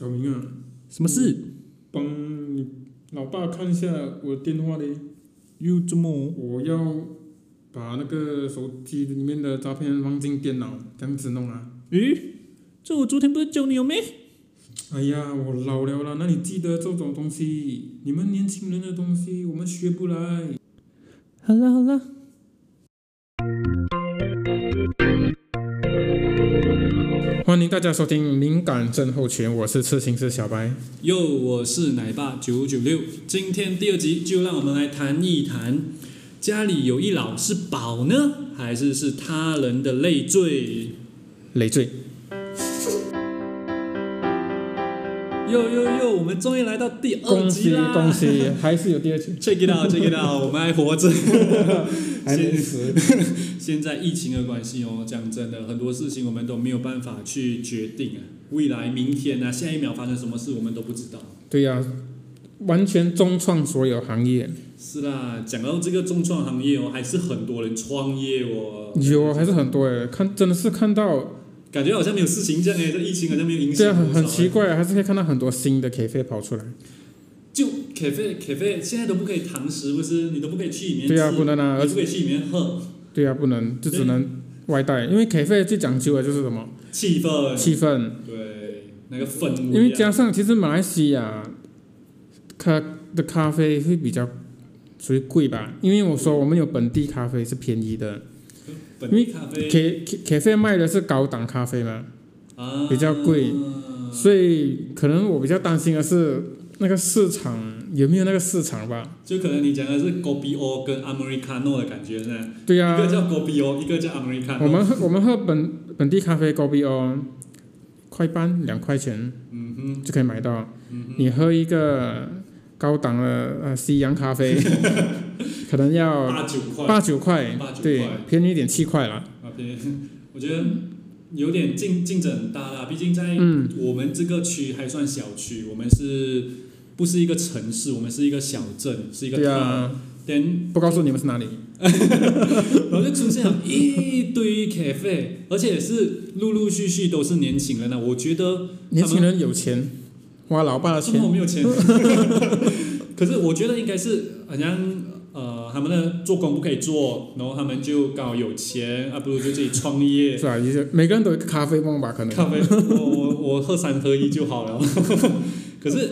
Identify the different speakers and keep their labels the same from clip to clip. Speaker 1: 小明啊，
Speaker 2: 什么事？
Speaker 1: 帮你老爸看一下我的电话嘞，
Speaker 2: 又怎么？
Speaker 1: 我要把那个手机里面的照片放进电脑，这样子弄啊。
Speaker 2: 咦，这我昨天不是教你了没？
Speaker 1: 哎呀，我老了啦，那你记得这种东西，你们年轻人的东西我们学不来。
Speaker 2: 好啦好啦，
Speaker 1: 欢迎大家收听《敏感症候群》，我是刺青师小白。
Speaker 3: 哟，我是奶爸九九六，今天第二集就让我们来谈一谈，家里有一老是宝呢，还是是他人的累赘？
Speaker 1: 累赘，
Speaker 3: 哟哟哟，我们终于来到第二
Speaker 1: 恭
Speaker 3: 集
Speaker 1: 喜
Speaker 3: 哦啦！
Speaker 1: 恭喜，还是有第二 集，
Speaker 3: ！Check it out，Check it out，我们还活着。
Speaker 1: 还没死。
Speaker 3: 现在疫情的关系哦，讲真的，很多事情我们都没有办法去决定啊。未来明天啊，下一秒发生什么事我们都不知道。
Speaker 1: 对呀、完全重创所有行业。
Speaker 3: 是啦，讲到这个中创行业哦，还是很多人创业哦。
Speaker 1: 有还是很多诶，看真的是看到
Speaker 3: 感觉好像没有事情这样哎，这疫情好像没有影
Speaker 1: 这样
Speaker 3: 响多
Speaker 1: 啊很
Speaker 3: 少。
Speaker 1: 很奇怪，还是可以看到很多新的 K 费跑出来。
Speaker 3: 就 cafe cafe 现在都不可以堂食，不是？你都不可以去里面吃，
Speaker 1: 对啊，不能啊，而
Speaker 3: 你不可以去里面喝，
Speaker 1: 对啊，不能，就只能外带，因为 K 费最讲究的就是什么
Speaker 3: 气氛，
Speaker 1: 气氛，
Speaker 3: 对，那个氛围、啊。
Speaker 1: 因为加上其实马来西亚咖的咖啡会比较属于贵吧，因为我说我们有本地咖啡是便宜的
Speaker 3: 本地咖啡
Speaker 1: ，K K K 费卖的是高档咖啡嘛，
Speaker 3: 啊
Speaker 1: 比较贵所以可能我比较担心的是那个市场有没有那个市场吧？
Speaker 3: 就可能你讲的是 g o b i o 跟 americano 的感觉呢，
Speaker 1: 对呀、
Speaker 3: 一个叫 g o b i o 一个叫 americano。
Speaker 1: 啊我们喝我们喝本本地咖啡高 B O，快半两块钱
Speaker 3: 嗯哼，
Speaker 1: 就可以买到。
Speaker 3: 嗯哼，
Speaker 1: 你喝一个高档的呃西洋咖 啡，可能要
Speaker 3: 八九块
Speaker 1: 八九块
Speaker 3: 八九，块
Speaker 1: 对，便宜一点七块啦。
Speaker 3: 啊，别， 我觉得有点竞竞争很大啦，毕竟在
Speaker 1: 嗯
Speaker 3: 我们这个区还算小区，我们是不是一个城市？我们是一个小镇，是一个
Speaker 1: 对
Speaker 3: 大。
Speaker 1: 啊，
Speaker 3: 等，
Speaker 1: 不告诉你们是哪里。
Speaker 3: 然后就出现了一堆 cafe，而且是陆陆续续都是年轻人啊。我觉得
Speaker 1: 年轻人有钱，花老爸的
Speaker 3: 生活
Speaker 1: 啊钱，
Speaker 3: 没 有钱，可是我觉得应该是好像呃，他们的做工不可以做，然后他们就刚好有钱，啊，不如就自己创业。
Speaker 1: 是吧？也是每个人都有一个咖啡梦吧，可能。
Speaker 3: 咖啡，我我我喝三喝一就好了。 可是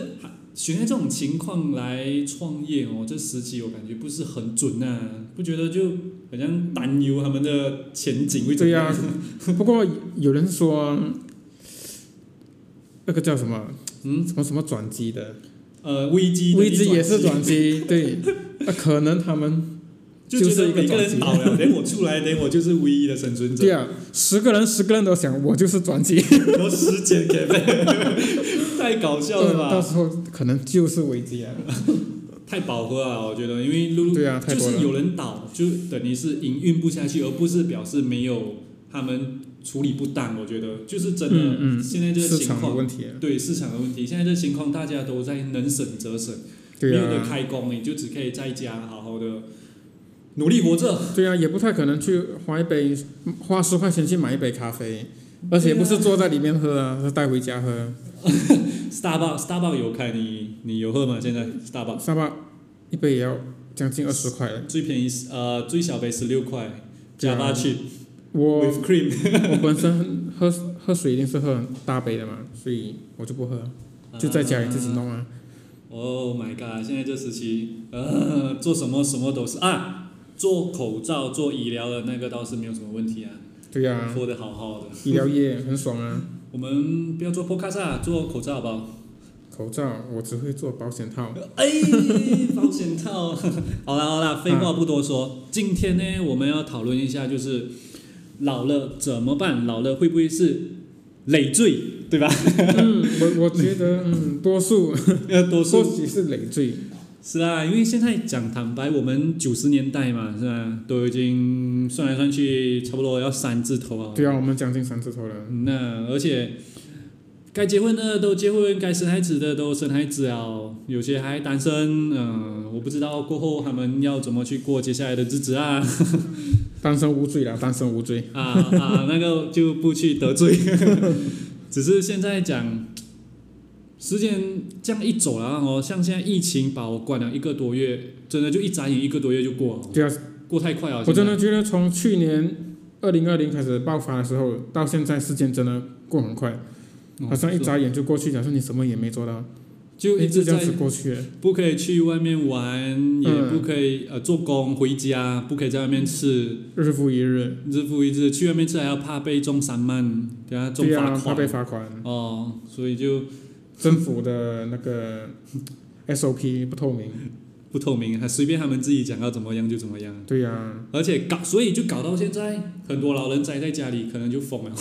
Speaker 3: 选在这种情况来创业哦，这时期我感觉不是很准呐、不觉得就好像担忧他们的前景会
Speaker 1: 对
Speaker 3: 怎么
Speaker 1: 呀、
Speaker 3: 样？
Speaker 1: 不过有人说，那个叫什么？
Speaker 3: 嗯，
Speaker 1: 什么什么转机的？
Speaker 3: 呃，危机，
Speaker 1: 危机也是
Speaker 3: 转
Speaker 1: 转
Speaker 3: 机，
Speaker 1: 机，对，那、可能他们
Speaker 3: 就觉
Speaker 1: 就是
Speaker 3: 得
Speaker 1: 一个
Speaker 3: 每个
Speaker 1: 转机
Speaker 3: 人倒了，等我出来，等我就是唯一的生存
Speaker 1: 对
Speaker 3: 者。
Speaker 1: 啊，十个人十个人都想我就是转机，
Speaker 3: 然后时间给费， 太搞笑了
Speaker 1: 嗯到
Speaker 3: 吧？
Speaker 1: 时候可能就是危机啊，
Speaker 3: 太饱和了，我觉得，因为露露
Speaker 1: 对啊，太
Speaker 3: 就
Speaker 1: 多
Speaker 3: 是
Speaker 1: 了，
Speaker 3: 有人倒，就等于是营运不下去，而不是表示没有他们处理不当。我觉得就是真的，啊
Speaker 1: 嗯嗯
Speaker 3: 现在这个
Speaker 1: 市
Speaker 3: 情
Speaker 1: 场的
Speaker 3: 况，
Speaker 1: 问题啊，
Speaker 3: 对市场的问题，现在这个情况大家都在能省则省，
Speaker 1: 对
Speaker 3: 没有得
Speaker 1: 啊，
Speaker 3: 开工，你就只可以在家好好的努力活着。
Speaker 1: 对啊，也不太可能去花一杯花十块钱去买一杯咖啡，而且不是坐在里面喝啊，是带回家喝，
Speaker 3: Starbucks Starbucks 有开，你你有喝吗？现在 Starbucks
Speaker 1: 沙巴一杯也要将近二十块，
Speaker 3: 最便宜是呃最小杯十六块，
Speaker 1: 对啊
Speaker 3: 加八去
Speaker 1: 我
Speaker 3: with cream，
Speaker 1: 我本身喝喝水一定是喝很大杯的嘛，所以我就不喝，就在家里自己弄啊。
Speaker 3: Oh my god！现在这时期，呃，做什么什么都是啊，做口罩、做医疗的那个倒是没有什么问题啊，
Speaker 1: 对啊，
Speaker 3: 做的好好的。
Speaker 1: 医疗业很爽啊。
Speaker 3: 我们不要做 podcast 啊，做口罩好不好？
Speaker 1: 口罩我只会做保险 套，
Speaker 3: 哎，保险套。 好啦好啦，废话不多说，今天呢，我们要讨论一下，就是老了怎么办？老了会不会是累赘， 对吧？
Speaker 1: 嗯，我我觉得嗯，多数
Speaker 3: 要
Speaker 1: 或
Speaker 3: 多说
Speaker 1: 许是累赘，
Speaker 3: 是啊啦，因为现在讲坦白，我们九十年代嘛，是吧？都已经算来算去，差不多要三字头啊。
Speaker 1: 对啊，我们将近三字头了，
Speaker 3: 那而且该结婚的都结婚，该生孩子的都生孩子了，有些还单身。嗯、我不知道过后他们要怎么去过接下来的日子啊
Speaker 1: 单身无罪啦，单身无罪，
Speaker 3: 啊 啊！那个就不去得罪，只是现在讲。时间这样一走了哦，像现在疫情把我关了一个多月，真的就一眨眼一个多月就过了，
Speaker 1: 对啊，
Speaker 3: 过太快了。
Speaker 1: 我真
Speaker 3: 现在
Speaker 1: 的觉得从去年二零二零开始爆发的时候，到现在时间真的过很快，
Speaker 3: 嗯
Speaker 1: 好像一
Speaker 3: 是
Speaker 1: 眨眼就过去了，假设你什么也没做到，
Speaker 3: 啊就一
Speaker 1: 一
Speaker 3: 直
Speaker 1: 直这样
Speaker 3: 在
Speaker 1: 子过去了。
Speaker 3: 不可以去外面玩，也
Speaker 1: 嗯
Speaker 3: 不可以呃做工回家，不可以在外面吃，
Speaker 1: 日复一日，
Speaker 3: 日复一日。去外面吃还要怕被中三万，等下中
Speaker 1: 对
Speaker 3: 罚
Speaker 1: 啊，怕
Speaker 3: 款。
Speaker 1: 被罚款，
Speaker 3: 哦，所以就
Speaker 1: 政府的那个 SOP 不透明，
Speaker 3: 不透明，还随便他们自己想要怎么样就怎么样。
Speaker 1: 对呀、啊，
Speaker 3: 而且搞，所以就搞到现在，很多老人宅在家里，可能就疯了，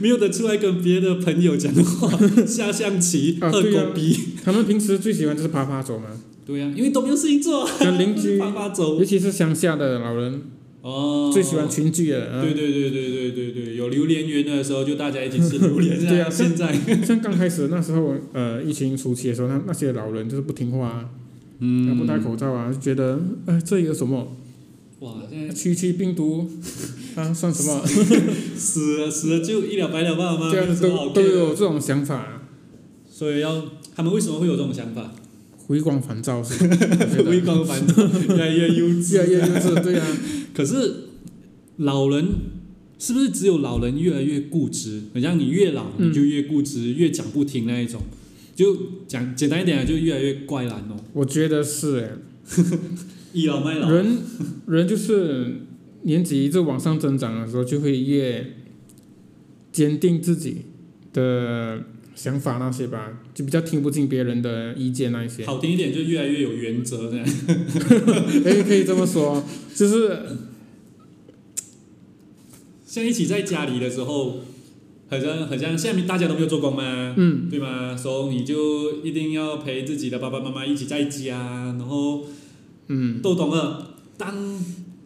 Speaker 3: 没有得出来跟别的朋友讲 话、下象棋、
Speaker 1: 啊
Speaker 3: 喝
Speaker 1: 对啊
Speaker 3: 狗逼。
Speaker 1: 他们平时最喜欢就是爬爬走嘛，
Speaker 3: 对啊呀、因为都没有事情做，
Speaker 1: 跟邻 居
Speaker 3: 爬爬走
Speaker 1: 尤。其是乡下的老人
Speaker 3: 哦，
Speaker 1: 最喜欢群聚了，啊
Speaker 3: 对对对对对对对，有榴莲园的时候就大家一起吃榴 莲。
Speaker 1: 对啊
Speaker 3: 现在
Speaker 1: 像刚开始那时候，呃，疫情初期的时候，那那些老人就是不听话、啊，
Speaker 3: 嗯
Speaker 1: 不戴口罩啊，就觉得，哎，这有什么？
Speaker 3: 哇，现在
Speaker 1: 区区病毒啊，算什么？
Speaker 3: 死了死了就一了百了吧吗？
Speaker 1: 这样
Speaker 3: 没有什么好
Speaker 1: 啊都都
Speaker 3: care 的
Speaker 1: 有这种想法，
Speaker 3: 所以要他们为什么会有这种想法？
Speaker 1: 回光返照 是吧？我觉得
Speaker 3: 微光反照，越来越幼稚，
Speaker 1: 越来越幼稚，对啊，
Speaker 3: 可是老人是不是只有老人越来越固执？好像你越老
Speaker 1: 嗯
Speaker 3: 你就越固执，越讲不听那一种。就讲简单一点啊，就越来越怪懒哦，
Speaker 1: 我觉得是哎、
Speaker 3: 倚老卖老。
Speaker 1: 人人就是年纪一直往上增长的时候，就会越坚定自己的想法那些吧，就比较听不进别人的意见那一些。
Speaker 3: 好听一点，就越来越有原则这 样。
Speaker 1: 哎，可以这么说，就是
Speaker 3: 像一起在家里的时候，好像好像下面大家都没有做工嘛，
Speaker 1: 嗯。
Speaker 3: 对吗？所以你就一定要陪自己的爸爸妈妈一起在家，然后
Speaker 1: 嗯，
Speaker 3: 都懂了。当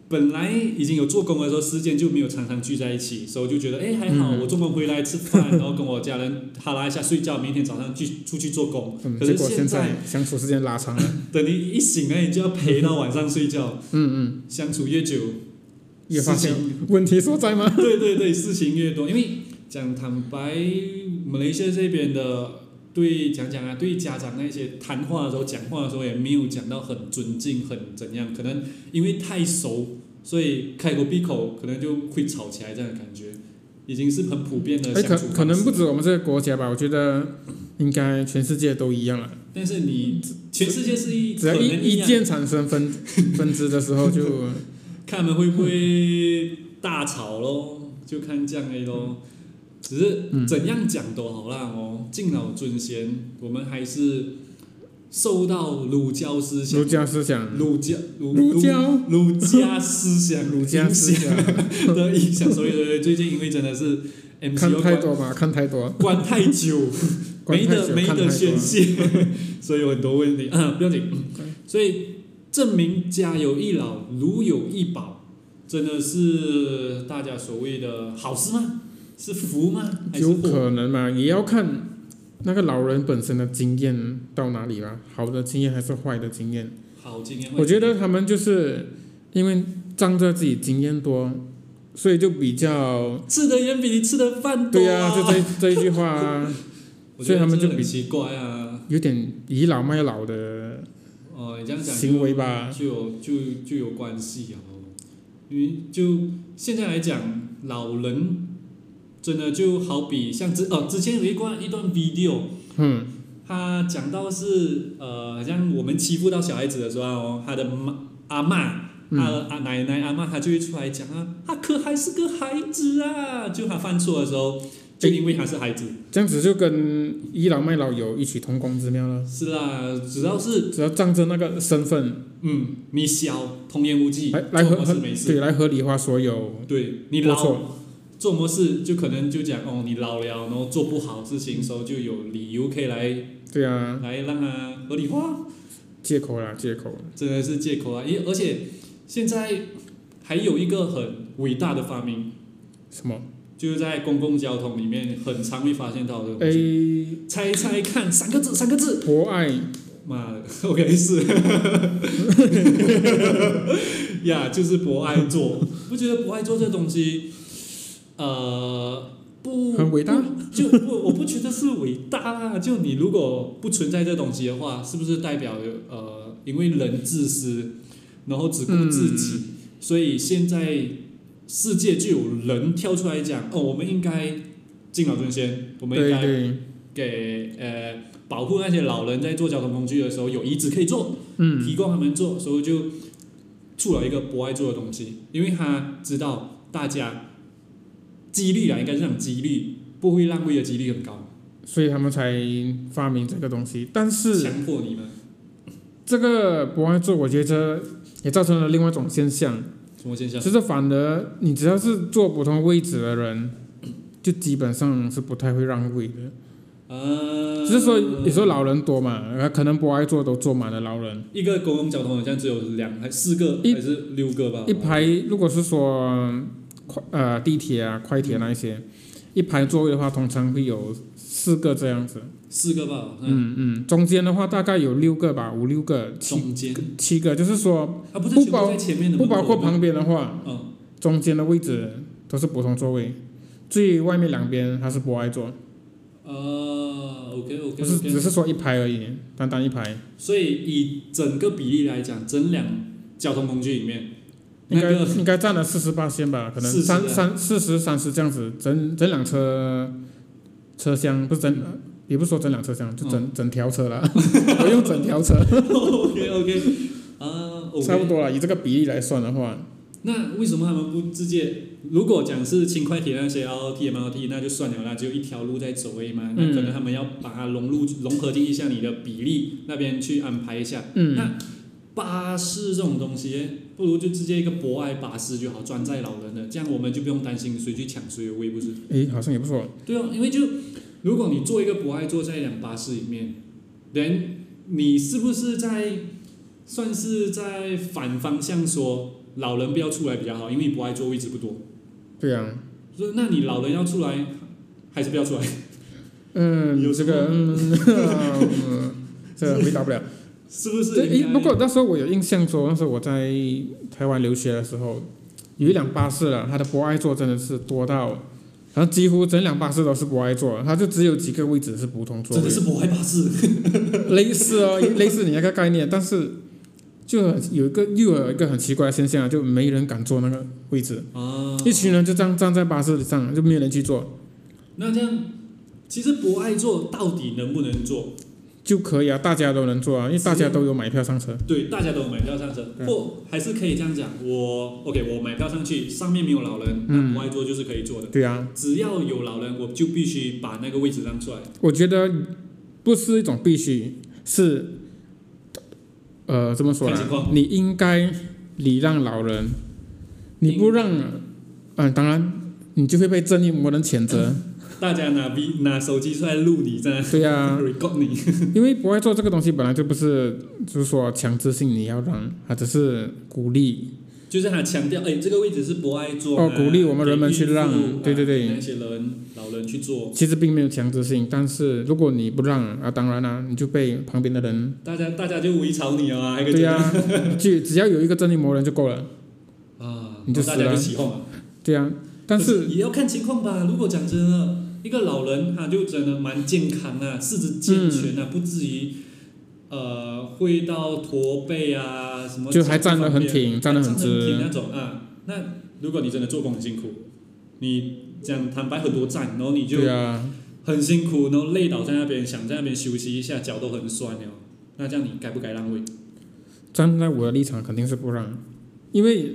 Speaker 3: 本来已经有做工的时候，时间就没有常常聚在一起，所以我就觉得，哎，还好，
Speaker 1: 嗯
Speaker 3: 我做工回来吃饭，然后跟我家人哈拉一下睡觉，明天早上去出去做工。
Speaker 1: 嗯，
Speaker 3: 可
Speaker 1: 结
Speaker 3: 是
Speaker 1: 果
Speaker 3: 现
Speaker 1: 现
Speaker 3: 在，
Speaker 1: 在相处时间拉长 了，
Speaker 3: 等你一醒来，你就要陪到晚上睡觉，
Speaker 1: 嗯嗯，
Speaker 3: 相处越久，
Speaker 1: 也发现
Speaker 3: 事情
Speaker 1: 问题所在吗？
Speaker 3: 对对对，事情越多，因为讲坦白，马来西亚这边的对讲讲啊，对家长那些谈话的时候、讲话的时候也没有讲到很尊敬、很怎样，可能因为太熟，所以开口闭口可能就会吵起来这样的感觉，已经是很普遍的
Speaker 1: 哎，
Speaker 3: 相
Speaker 1: 可
Speaker 3: 处方式。
Speaker 1: 可能不止我们这个国家吧，我觉得应该全世界都一样了。
Speaker 3: 但是你全世界是一
Speaker 1: 只
Speaker 3: 可
Speaker 1: 要
Speaker 3: 能
Speaker 1: 一
Speaker 3: 一
Speaker 1: 意
Speaker 3: 样，
Speaker 1: 见产生分分支的时候就，
Speaker 3: 看他们会不会大吵咯，就看这样的咯。
Speaker 1: 嗯
Speaker 3: 只是怎样讲都好啦哦，敬老尊贤，我们还是受到儒教思想
Speaker 1: 儒、家思想、
Speaker 3: 儒教、儒
Speaker 1: 儒教、
Speaker 3: 儒家思想、
Speaker 1: 儒家思想，
Speaker 3: 想的影响。所以，所以最近因为真的是
Speaker 1: 看
Speaker 3: MCO
Speaker 1: 太
Speaker 3: 关
Speaker 1: 多吧，看太多，
Speaker 3: 关太久，
Speaker 1: 管
Speaker 3: 没
Speaker 1: 太
Speaker 3: 得
Speaker 1: 久，
Speaker 3: 没
Speaker 1: 看太
Speaker 3: 得宣
Speaker 1: 多。
Speaker 3: 泄， 所以有很多问题 啊，不要紧。所以证明家有一老，如有一宝，真的是大家所谓的好事吗？是福吗？还是
Speaker 1: 有
Speaker 3: 祸？
Speaker 1: 可能嘛，也要看那个老人本身的经验到哪里吧，好的经验还是坏的经验。
Speaker 3: 好经验，
Speaker 1: 我觉得他们就是因为仗着自己经验多，所以就比较
Speaker 3: 吃的盐比你吃的饭多
Speaker 1: 对
Speaker 3: 啊
Speaker 1: 呀、就这这一句话、啊，
Speaker 3: 我觉
Speaker 1: 所
Speaker 3: 得
Speaker 1: 以他们就
Speaker 3: 真的很
Speaker 1: 比
Speaker 3: 奇怪啊。
Speaker 1: 有点倚老卖老的
Speaker 3: 哦，你这样讲就
Speaker 1: 行为吧。
Speaker 3: 就有就就有关系哦。因为就现在来讲，老人真的就好比像之哦，之前有一段一段 video，
Speaker 1: 嗯，
Speaker 3: 他讲到是呃，好像我们欺负到小孩子的时候哦，他的妈阿妈。
Speaker 1: 嗯
Speaker 3: 他的阿奶奶阿妈，她就会出来讲啊，他可还是个孩子啊！就他犯错的时候，就因为他是孩子，
Speaker 1: 这样子就跟倚老卖老有异曲同工之妙了。
Speaker 3: 是啦，只要是
Speaker 1: 只要仗着那个身份，
Speaker 3: 嗯，你小童言无忌，
Speaker 1: 来来
Speaker 3: 做
Speaker 1: 合
Speaker 3: 么
Speaker 1: 合
Speaker 3: 事没事，
Speaker 1: 对来合理化所有，
Speaker 3: 对你
Speaker 1: 过
Speaker 3: 老做模式就可能就讲哦，你老了，然后做不好事情的时候就有理由可以来
Speaker 1: 对啊，
Speaker 3: 来让它合理化，
Speaker 1: 借口啦借口，
Speaker 3: 真的是借口啊！因为而且现在还有一个很伟大的发明，
Speaker 1: 什么？
Speaker 3: 就是在公共交通里面很常会发现到的东西。
Speaker 1: 哎，
Speaker 3: 猜猜看，三个字，三个字，
Speaker 1: 博爱
Speaker 3: 妈 的，OK 是，呀，就是博爱座，不觉得博爱座这东西，呃，不
Speaker 1: 很伟大，
Speaker 3: 不就不我不觉得是伟大啦。就你如果不存在这东西的话，是不是代表有呃，因为人自私，然后只顾自己，
Speaker 1: 嗯
Speaker 3: 所以现在世界就有人跳出来讲哦，我们应该敬老尊贤，我们应
Speaker 1: 对
Speaker 3: 该
Speaker 1: 对，
Speaker 3: 给呃保护那些老人在坐交通工具的时候有椅子可以坐，
Speaker 1: 嗯，
Speaker 3: 提供他们做，所以就出了一个博爱做的东西，因为他知道大家几率啊，应该是讲几率不会浪费的几率很高，
Speaker 1: 所以他们才发明这个东西。但是
Speaker 3: 强迫你们
Speaker 1: 这个博爱座，我觉得也造成了另外一种现象，
Speaker 3: 什么现象？
Speaker 1: 就是反而你只要是坐普通位置的人，就基本上是不太会让位的。
Speaker 3: 呃，
Speaker 1: 只是说有时候老人多嘛，然后可能博爱座都坐满了老人。
Speaker 3: 一个公共交通好像只有两还四个
Speaker 1: 一
Speaker 3: 还是六个吧，
Speaker 1: 一排如果是说快呃地铁啊、快铁那一些，一排座位的话，通常会有四个这样子。
Speaker 3: 四个吧，嗯，
Speaker 1: 嗯嗯，中间的话大概有六个吧，五六个、七
Speaker 3: 中间
Speaker 1: 七个，就是说
Speaker 3: 啊，不是
Speaker 1: 不
Speaker 3: 全部
Speaker 1: 包
Speaker 3: 在前面的
Speaker 1: 不
Speaker 3: 门口
Speaker 1: 包括
Speaker 3: 吗，
Speaker 1: 旁边的话，
Speaker 3: 嗯，
Speaker 1: 中间的位置都是普通座位，最外面两边它是博爱座，
Speaker 3: 呃，OK OK
Speaker 1: 不是
Speaker 3: OK，
Speaker 1: 只是说一排而已，单单一排，
Speaker 3: 所以以整个比例来讲，整辆交通工具里面，
Speaker 1: 应
Speaker 3: 那
Speaker 1: 该
Speaker 3: 个
Speaker 1: 应该占了四十八先吧，可能
Speaker 3: 40
Speaker 1: 三
Speaker 3: 啊
Speaker 1: 三四十三十这样子，整整辆车车厢不是整。也不是说整辆车厢，就
Speaker 3: 嗯
Speaker 1: 整、整条车啦， 我用整条车，
Speaker 3: OK OK，啊，OK，
Speaker 1: 差不。多了。以这个比例来算的话，
Speaker 3: 那为什么他们不直接？如果讲是轻快铁那些 LRT、MRT，那就算了啦，只有一条路在走而已嘛。那
Speaker 1: 嗯
Speaker 3: 可能他们要把它融入、融合进一下你的比例那边去安排一下。
Speaker 1: 嗯，
Speaker 3: 那巴士这种东西，不如就直接一个博爱巴士就好，专载老人的，这样我们就不用担心谁去抢谁的位，不是？
Speaker 1: 诶，好像也不错。
Speaker 3: 对哦，因为就如果你做一个博爱坐在一辆巴士里面，人你是不是在算是在反方向说老人不要出来比较好，因为你博爱坐位置不多。
Speaker 1: 对呀、
Speaker 3: 所以那你老人要出来还是不要出来？
Speaker 1: 嗯，
Speaker 3: 有
Speaker 1: 这
Speaker 3: 什
Speaker 1: 个，
Speaker 3: 么
Speaker 1: 嗯，嗯 这个回答不了。
Speaker 3: 是不是
Speaker 1: 这诶
Speaker 3: 应该？，
Speaker 1: 不过那时候我有印象说，那时候我在台湾留学的时候，有一辆巴士啊，它的博爱座真的是多到，然后几乎整辆巴士都是博爱座，它就只有几个位置是普通座
Speaker 3: 真
Speaker 1: 位，
Speaker 3: 的是博爱巴士，
Speaker 1: 类似哦，类似你那个概念，但是就很有一个又有一个很奇怪的现象啊，就没人敢坐那个位置，
Speaker 3: 啊
Speaker 1: 一群人就这样站在巴士上，就没有人去坐。
Speaker 3: 那这样其实博爱坐到底能不能做？
Speaker 1: 就可以啊，大家都能坐啊，因为大家都有买票上车。
Speaker 3: 对，大家都有买票上车，
Speaker 1: 对
Speaker 3: 不还是可以这样讲。我 OK，我买票上去，上面没有老人，那
Speaker 1: 嗯
Speaker 3: 博爱坐就是可以坐的。
Speaker 1: 对啊，
Speaker 3: 只要有老人，我就必须把那个位置让出来。
Speaker 1: 我觉得不是一种必须，是呃怎么说
Speaker 3: 看
Speaker 1: 呢
Speaker 3: 情？况
Speaker 1: 你应该礼让老人，你不让，嗯、当然你就会被正义魔人谴 责。
Speaker 3: 大家拿 V 拿手机出来录你，在
Speaker 1: 对
Speaker 3: 那
Speaker 1: 啊，
Speaker 3: record 你。
Speaker 1: 因为不爱做这个东西本来就不是，就是说强制性你要让，它只是鼓励。
Speaker 3: 就是他强调，哎，这个位置是博爱座。啊
Speaker 1: 哦鼓励我们人们
Speaker 3: 给孕妇
Speaker 1: 去让
Speaker 3: 啊
Speaker 1: 对对对
Speaker 3: 那些人老人去做。
Speaker 1: 其实并没有强制性，但是如果你不让啊，当然啦、你就被旁边的人，
Speaker 3: 大家大家就围嘲你啊，还可以
Speaker 1: 对呀、啊，就只要有一个正义魔人就够了，
Speaker 3: 啊，
Speaker 1: 你就死
Speaker 3: 大
Speaker 1: 了
Speaker 3: 家就起哄了。
Speaker 1: 对呀、但
Speaker 3: 可
Speaker 1: 是
Speaker 3: 也要看情况吧。如果讲真的，一个老人他就真的蛮健康啊，四肢健全
Speaker 1: 嗯
Speaker 3: 啊，不至于呃会到驼背啊什么，
Speaker 1: 就还站得很
Speaker 3: 挺。
Speaker 1: 挺，站得很
Speaker 3: 那
Speaker 1: 直。
Speaker 3: 种啊。那如果你真的做工很辛苦，你这样坦白很多站，然后你就
Speaker 1: 对啊，
Speaker 3: 很辛苦，然后累倒在那边，想在那边休息一下，脚都很酸了。那这样你该不该让位？
Speaker 1: 站在我的立场肯定是不让，因为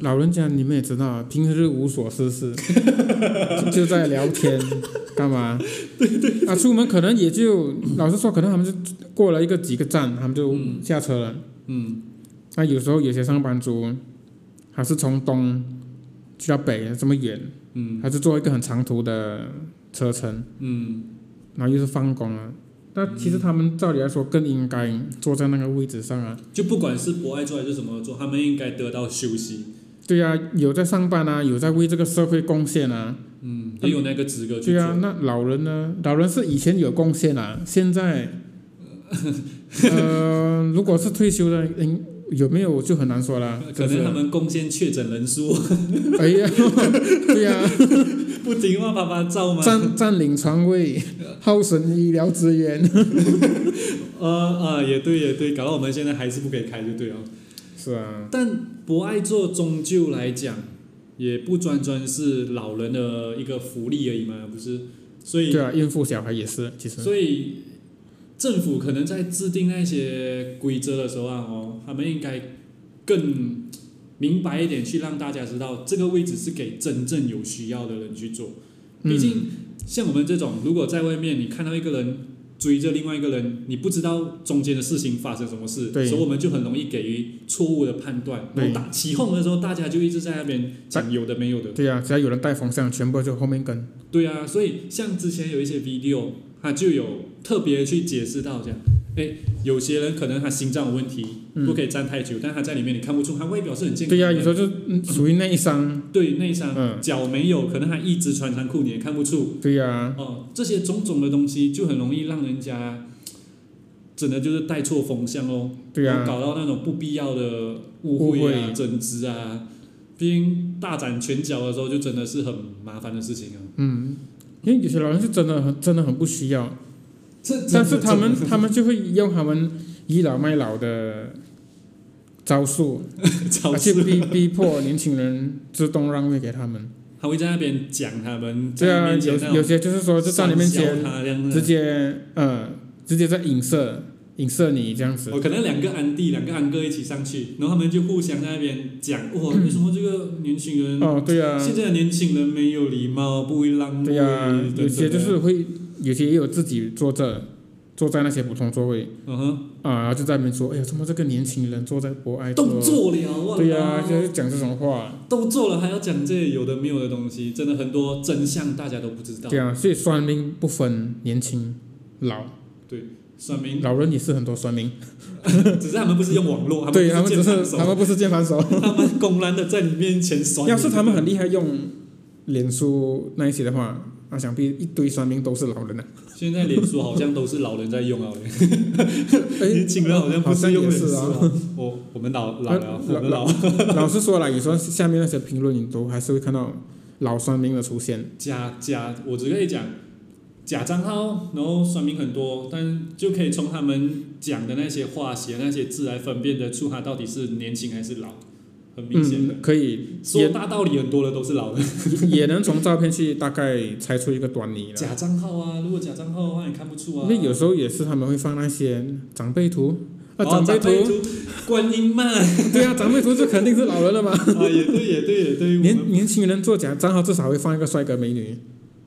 Speaker 1: 老人家你们也知道，平时无所事事， 就就在聊天，干嘛？对对。啊，出门可能也就，老实说，可能他们就过了一个几个站，他们就
Speaker 3: 嗯
Speaker 1: 下车了。
Speaker 3: 嗯，
Speaker 1: 那有时候有些上班族，还是从东去到北这么远，
Speaker 3: 嗯，
Speaker 1: 还是坐一个很长途的车程，
Speaker 3: 嗯，
Speaker 1: 然后又是放工了。那其实他们照理来说更应该坐在那个位置上啊。
Speaker 3: 就不管是博爱做还是什么做，他们应该得到休息。
Speaker 1: 对呀、有在上班啊，有在为这个社会贡献啊。
Speaker 3: 嗯，也有那个资格去
Speaker 1: 对
Speaker 3: 做。
Speaker 1: 啊，那老人呢？老人是以前有贡 献啊，现在，呃，如果是退休的，应有没有就很难说了。
Speaker 3: 可能他们贡献确诊人数，
Speaker 1: 就是哎呀，对呀、
Speaker 3: 不听话啪啪照吗？
Speaker 1: 占占领床位，耗损医疗资源。
Speaker 3: 呃呃，也对也对，搞到我们现在还是不可以开就对了。
Speaker 1: 是啊，
Speaker 3: 但博爱座终究来讲，也不专专是老人的一个福利而已嘛，不是？所以
Speaker 1: 对啊，孕妇小孩也是，其实
Speaker 3: 所以政府可能在制定那些规则的时候啊，哦，他们应该更明白一点，去让大家知道这个位置是给真正有需要的人去做。
Speaker 1: 嗯
Speaker 3: 毕竟像我们这种，如果在外面你看到一个人追着另外一个人，你不知道中间的事情发生什么事，所
Speaker 1: 对
Speaker 3: 以我们就很容易给予错误的判断。
Speaker 1: 对
Speaker 3: 然后打起哄的时候，大家就一直在那边讲有的没有的。
Speaker 1: 对啊，只要有人带风向，全部就后面跟。
Speaker 3: 对啊，所以像之前有一些 video，他就有特别去解释到这样，哎，有些人可能他心脏有问题，
Speaker 1: 嗯
Speaker 3: 不可以站太久，但他在里面你看不出，他外表是很健康
Speaker 1: 对呀、
Speaker 3: 的。
Speaker 1: 有时候就嗯属于内伤。
Speaker 3: 对内伤、
Speaker 1: 嗯
Speaker 3: 脚没有，可能他一直穿长裤你也看不出。
Speaker 1: 对啊呀、
Speaker 3: 哦，这些种种的东西就很容易让人家真的就是带错风向哦，
Speaker 1: 对啊呀、
Speaker 3: 然后搞到那种不必要的误会啊、
Speaker 1: 误会
Speaker 3: 争执啊。毕竟大展拳脚的时候，就真的是很麻烦的事情啊。
Speaker 1: 嗯，因为有些老人是真的很真的很不需要，
Speaker 3: 这
Speaker 1: 但是他们
Speaker 3: 真的
Speaker 1: 他们就会用他们倚老卖老的招数，
Speaker 3: 超
Speaker 1: 而且
Speaker 3: 市
Speaker 1: 逼逼迫年轻人自动让位给他们。
Speaker 3: 他会在那边讲他们，
Speaker 1: 对
Speaker 3: 在
Speaker 1: 啊，
Speaker 3: 你面
Speaker 1: 有
Speaker 3: 前那
Speaker 1: 有
Speaker 3: 种
Speaker 1: 些就是说就在你面
Speaker 3: 嘲笑
Speaker 1: 前
Speaker 3: 他这样
Speaker 1: 直
Speaker 3: 子。
Speaker 1: 接呃直接在影射影射你这样子
Speaker 3: 哦我、。可能两个安弟、两个安哥一起上去，然后他们就互相在那边讲，哇，为什么这个年轻人
Speaker 1: 嗯哦，对啊，
Speaker 3: 现在的年轻人没有礼貌，不会让
Speaker 1: 对啊，
Speaker 3: 位
Speaker 1: 有些就，
Speaker 3: 等等
Speaker 1: 是会有些也有自己坐着坐在那些普通座位
Speaker 3: 的嗯哼，
Speaker 1: 啊，然后就在那边说，哎呀，怎么这个年轻人坐在博爱座
Speaker 3: 都做了哇，
Speaker 1: 对呀、
Speaker 3: 哇
Speaker 1: 就是讲这种话，
Speaker 3: 都做了还要讲这些有的没有的东西，真的很多真相大家都不知道
Speaker 1: 对。啊，所以酸民不分年轻老，
Speaker 3: 算命，
Speaker 1: 老人也是很多酸民，
Speaker 3: 只是哦他们不是用网络，
Speaker 1: 对他们只
Speaker 3: 键盘
Speaker 1: 是
Speaker 3: 手
Speaker 1: 他，们不是键盘手，
Speaker 3: 他们公然的在你面前酸你。
Speaker 1: 要是他们很厉害用脸书那一些的话，那想必一堆酸民都是老人啊 了、
Speaker 3: 现在脸书好像都是老人在用啊，
Speaker 1: 哎
Speaker 3: 年，轻人好像不用脸书
Speaker 1: 好像
Speaker 3: 啊。我我们老老了，啊
Speaker 1: 呃老
Speaker 3: 我们老，
Speaker 1: 老实说了，你说下面那些评论，你都还是会看到老酸民的出现，
Speaker 3: 假假，我只可以讲假账号，然后算命很多，但就可以从他们讲的那些话、写的那些字来分辨得出他到底是年轻还是老，很明显的。
Speaker 1: 嗯，可以
Speaker 3: 说大道理，很多的都是老的。
Speaker 1: 也能从照片去大概猜出一个端倪了。
Speaker 3: 假账号啊，如果假账号的话，你看不出啊。
Speaker 1: 因为有时候也是他们会放那些长辈图，啊，
Speaker 3: 哦
Speaker 1: 长辈
Speaker 3: 长辈
Speaker 1: 图，
Speaker 3: 图，观音嘛， 啊，
Speaker 1: 对啊，长辈图这肯定是老人了嘛。
Speaker 3: 也对，也对，也对。我们
Speaker 1: 年年轻人做假账号至少会放一个帅哥美女，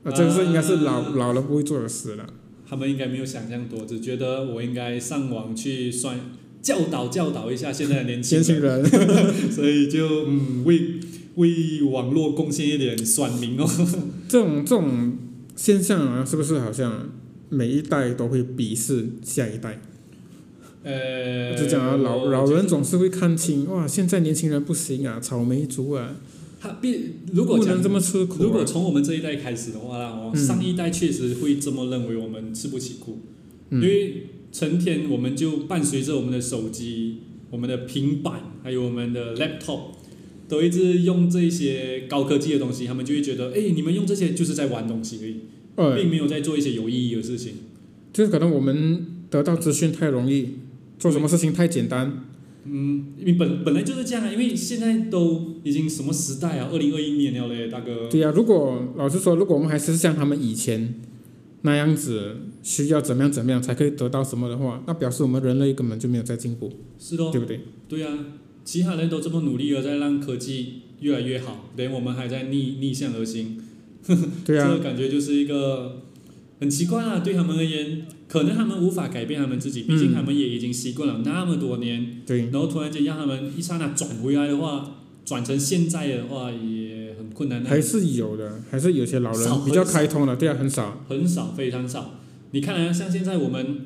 Speaker 1: 啊，这个是应该是老、
Speaker 3: 啊
Speaker 1: 老人不会做的事了。
Speaker 3: 他们应该没有想象多，只觉得我应该上网去算教导教导一下现在的年轻
Speaker 1: 年轻
Speaker 3: 人，
Speaker 1: 人，
Speaker 3: 所以就嗯为为网络贡献一点算命哦。
Speaker 1: 这种这种现象啊，是不是好像每一代都会鄙视下一代？
Speaker 3: 呃，
Speaker 1: 就讲啊，老
Speaker 3: 我
Speaker 1: 老人总是会看清，哇，现在年轻人不行啊，草莓族啊，
Speaker 3: 他必如果
Speaker 1: 不
Speaker 3: 讲
Speaker 1: 能这么吃苦、啊。
Speaker 3: 如果从我们这一代开始的话啦，哦，
Speaker 1: 嗯
Speaker 3: 上一代确实会这么认为我们吃不起苦，
Speaker 1: 嗯
Speaker 3: 因为成天我们就伴随着我们的手机、我们的平板，还有我们的 laptop，都一直用这些高科技的东西，他们就会觉得，哎，你们用这些就是在玩东西而已，
Speaker 1: 呃，
Speaker 3: 并没有在做一些有意义的事情。
Speaker 1: 就是可能我们得到资讯太容易，做什么事情太简单。
Speaker 3: 嗯，因为本本来就是这样啊，因为现在都已经什么时代啊，二零二一年了嘞，大哥。
Speaker 1: 对呀、如果老实说，如果我们还是像他们以前那样子，需要怎么样怎么样才可以得到什么的话，那表示我们人类根本就没有在进步，
Speaker 3: 是咯。
Speaker 1: 对不对？
Speaker 3: 对啊，其他人都这么努力了，在让科技越来越好，连我们还在逆逆向而行，
Speaker 1: 对啊呀、
Speaker 3: 这个感觉就是一个很奇怪啊。对他们而言，可能他们无法改变他们自己，毕竟
Speaker 1: 嗯
Speaker 3: 他们也已经习惯了那么多年，
Speaker 1: 对，
Speaker 3: 然后突然间让他们一刹那转回来的话，转成现在的话也很困难、啊，
Speaker 1: 还是有的，还是有些老
Speaker 3: 少
Speaker 1: 人比较
Speaker 3: 很少
Speaker 1: 开通的，对呀、很少。
Speaker 3: 很少，非常少。你看啊，像现在我们。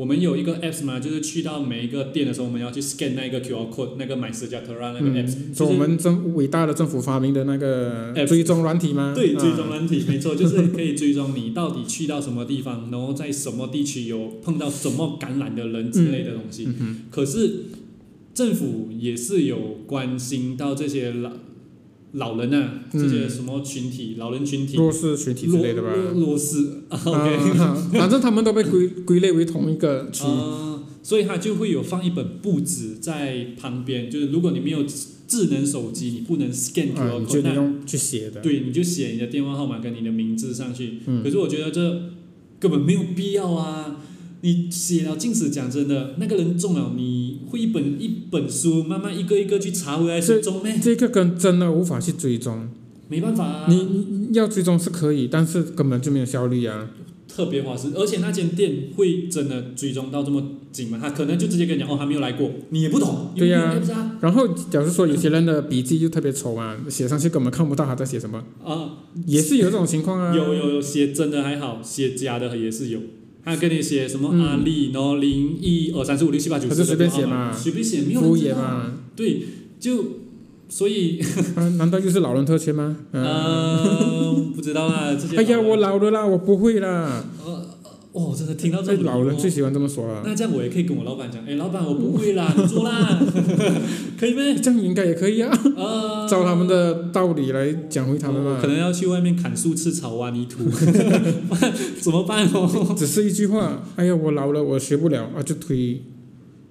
Speaker 3: 我们有一个 apps 嘛，就是去到每一个店的时候，我们要去 scan 那一个 QR code，那个买 s e r j a t r a 那个 apps，、
Speaker 1: 嗯，
Speaker 3: 就
Speaker 1: 说我
Speaker 3: 是
Speaker 1: 们政伟大的政府发明的那个
Speaker 3: Apps
Speaker 1: 追踪软体吗？
Speaker 3: 对，
Speaker 1: 啊
Speaker 3: 追踪软体，没错，就是可以追踪你到底去到什么地方，然后在什么地区有碰到什么感染的人之类的东西。
Speaker 1: 嗯嗯哼
Speaker 3: 可是政府也是有关心到这些老老人啊，
Speaker 1: 嗯
Speaker 3: 这些什么群体，老人群体，
Speaker 1: 弱势群体之类的吧。
Speaker 3: 弱弱弱势啊，OK，
Speaker 1: 啊， 反正他们都被归归类为同一个区。
Speaker 3: 啊，所以他就会有放一本簿子在旁边，就是如果你没有智能手机，你不能 scan
Speaker 1: 啊，
Speaker 3: QR
Speaker 1: 你就
Speaker 3: code，
Speaker 1: 得
Speaker 3: 哦那
Speaker 1: 用去写的。
Speaker 3: 对，你就写你的电话号码跟你的名字上去。
Speaker 1: 啊嗯
Speaker 3: 可是我觉得这根本没有必要啊！你写了禁止，讲真的，那个人中了，你会一本一本书慢慢一个一个去查回来
Speaker 1: 这
Speaker 3: 是中咩？
Speaker 1: 这个跟真的无法去追踪，
Speaker 3: 没办法啊，
Speaker 1: 你你要追踪是可以，但是根本就没有效率啊。
Speaker 3: 特别划时，而且那间店会真的追踪到这么紧吗？他可能就直接跟你讲哦，还没有来过，你也不懂，
Speaker 1: 对呀
Speaker 3: 不是啊，
Speaker 1: 然后，假如说有些人的笔记就特别丑啊，写上去根本看不到他在写什么，
Speaker 3: 啊，
Speaker 1: 也是有这种情况啊。
Speaker 3: 有有有写真的还好，写假的也是有。他跟你写什么
Speaker 1: 嗯
Speaker 3: 阿丽，然后零一二三四五六七八九
Speaker 1: 他
Speaker 3: 十，
Speaker 1: 就随便写嘛
Speaker 3: 随便写，没有人
Speaker 1: 敷
Speaker 3: 知
Speaker 1: 衍
Speaker 3: 道。
Speaker 1: 嘛？
Speaker 3: 对，就所以
Speaker 1: 啊， 难道又是老人特权吗？嗯、
Speaker 3: 呃，不知道啦，这些
Speaker 1: 哎呀，
Speaker 3: 老
Speaker 1: 我
Speaker 3: 人
Speaker 1: 老了啦，我不会啦。
Speaker 3: 哦，真的听到这
Speaker 1: 这
Speaker 3: 种
Speaker 1: 哎老人最
Speaker 3: 哦
Speaker 1: 喜欢这么说啊，
Speaker 3: 那这样我也可以跟我老板讲，哎，老板我不会 啦，你做啦，可以呗？
Speaker 1: 这样应该也可以啊，
Speaker 3: 呃，
Speaker 1: 照他们的道理来讲回他们
Speaker 3: 哦我可
Speaker 1: 嘛。
Speaker 3: 能要去外面砍树吃草啊挖泥土， 怎么办哦？
Speaker 1: 只是一句话，哎呀，我老了，我学不了啊，就推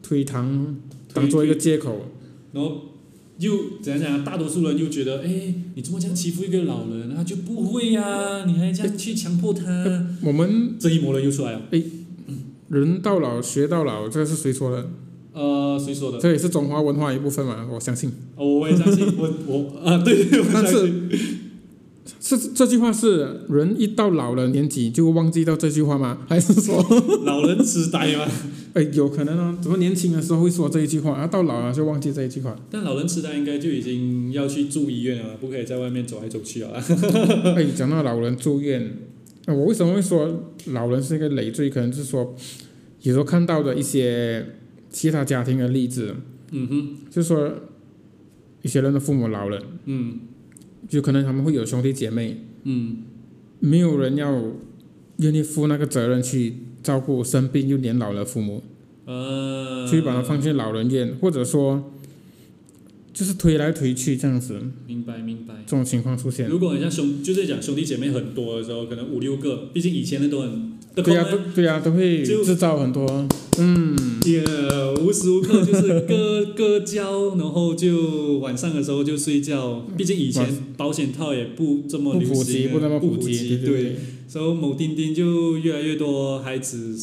Speaker 1: 推搪当做一个借口。
Speaker 3: 然后又怎样讲啊？大多数人又觉得，哎，你怎么这样欺负一个老人？他就不会呀、你还这样去强迫 他？
Speaker 1: 我们
Speaker 3: 这一魔人又出来了。
Speaker 1: 人到老学到老，这个是谁说的？
Speaker 3: 呃，谁说的？
Speaker 1: 这也是中华文化一部分嘛，我相信。
Speaker 3: 哦，我也相信，我我啊，对对， 我相
Speaker 1: 但 是
Speaker 3: 信。
Speaker 1: 是这句话是人一到老了年纪就忘记掉这句话吗？还是说，
Speaker 3: 老人痴呆 嘛？
Speaker 1: 哎，有可能哦？怎么年轻的时候会说这一句话，啊，到老了就忘记这一句话？
Speaker 3: 但老人痴呆应该就已经要去住医院了，不可以在外面走来走去了。
Speaker 1: 哎，讲到老人住院，呃我为什么会说老人是一个累赘？可能是说，有时候看到的一些其他家庭的例子，
Speaker 3: 嗯哼，
Speaker 1: 就是说，有些人的父母老了，
Speaker 3: 嗯
Speaker 1: 就可能他们会有兄弟姐妹，
Speaker 3: 嗯，
Speaker 1: 没有人要愿意负那个责任去照顾生病又年老的父母，
Speaker 3: 呃，
Speaker 1: 去把他放去老人院，或者说，就是推来推去这样子，
Speaker 3: 明白明白。
Speaker 1: 这种情况出现。
Speaker 3: 如果你像兄，就是讲兄弟姐妹很多的时候，可能五六个，毕竟以前的都很，呃
Speaker 1: 对呀、
Speaker 3: 都
Speaker 1: 都对呀、都会
Speaker 3: 就
Speaker 1: 制造很多，嗯。
Speaker 3: 也、无时无刻就是割割胶，然后就晚上的时候就睡觉。毕竟以
Speaker 1: 晚
Speaker 3: 前保险套也不这么
Speaker 1: 嗯不
Speaker 3: 流
Speaker 1: 普及，
Speaker 3: 行，啊
Speaker 1: 不那么
Speaker 3: 不
Speaker 1: 普及，
Speaker 3: 对
Speaker 1: 对
Speaker 3: 所以某钉钉就越来越多孩子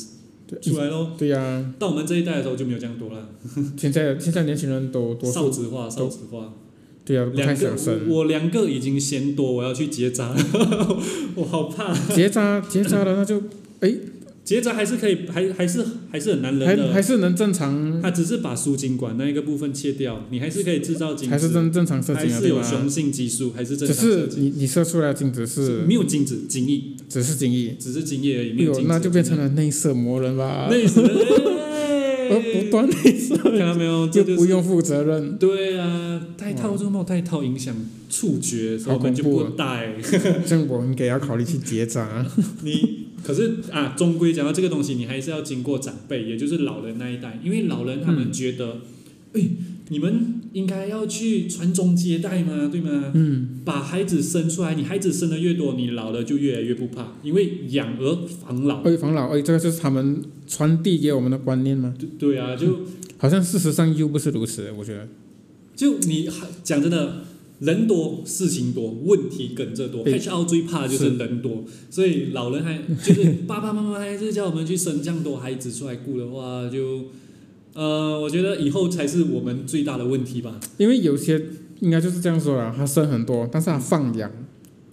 Speaker 1: 对
Speaker 3: 出来咯。
Speaker 1: 对呀、
Speaker 3: 到我们这一代的时候就没有这样多了，
Speaker 1: 现在现在年轻人都 多
Speaker 3: 少
Speaker 1: 数
Speaker 3: 子化，少子化，
Speaker 1: 对呀、不太
Speaker 3: 两个
Speaker 1: 想生。
Speaker 3: 我我两个已经嫌多，我要去结扎， 我好怕，
Speaker 1: 结扎结扎了， 那就
Speaker 3: 结扎还是可以，还还是还是很难忍
Speaker 1: 还
Speaker 3: 的，
Speaker 1: 还是能正常，
Speaker 3: 他只是把输精管那一个部分切掉，你还是可以制造精子，
Speaker 1: 还是正正常射
Speaker 3: 还
Speaker 1: 精啊，
Speaker 3: 是
Speaker 1: 对
Speaker 3: 有
Speaker 1: 吧？
Speaker 3: 雄性激素，还是正
Speaker 1: 只
Speaker 3: 常射
Speaker 1: 是
Speaker 3: 精。
Speaker 1: 你你射出来的精子是
Speaker 3: 没有精子，精液，
Speaker 1: 只是精液，
Speaker 3: 只是精液而已，
Speaker 1: 哎
Speaker 3: 没有
Speaker 1: 呦
Speaker 3: 精子。
Speaker 1: 那就变成了内射魔人吧，
Speaker 3: 累死了。哎
Speaker 1: 而不断内射，
Speaker 3: 看到没有？这
Speaker 1: 就
Speaker 3: 就
Speaker 1: 不
Speaker 3: 是
Speaker 1: 用负责任。
Speaker 3: 对啊，戴套之后戴套影响触觉，所以我们就
Speaker 1: 好恐怖
Speaker 3: 不
Speaker 1: 啊
Speaker 3: 戴。
Speaker 1: 这样我应该要考虑去结扎。
Speaker 3: 你可是啊，终归讲到这个东西，你还是要经过长辈，也就是老人那一代，因为老人他们觉得，哎、你们应该要去传宗接代嘛，对吗？
Speaker 1: 嗯，
Speaker 3: 把孩子生出来，你孩子生的越多，你老了就越来越不怕，因为养儿防老。
Speaker 1: 哎，防老，哎，这个就是他们传递给我们的观念吗？
Speaker 3: 对对啊，就
Speaker 1: 好像事实上又不是如此，我觉得。
Speaker 3: 就你讲真的，人多事情多，问题跟着多。
Speaker 1: 对
Speaker 3: HR 最怕的就是人多，所以老人还就是爸爸妈妈还是叫我们去生这样多孩子出来顾的话，就呃，我觉得以后才是我们最大的问题吧。
Speaker 1: 因为有些应该就是这样说啦，他生很多，但是他放养，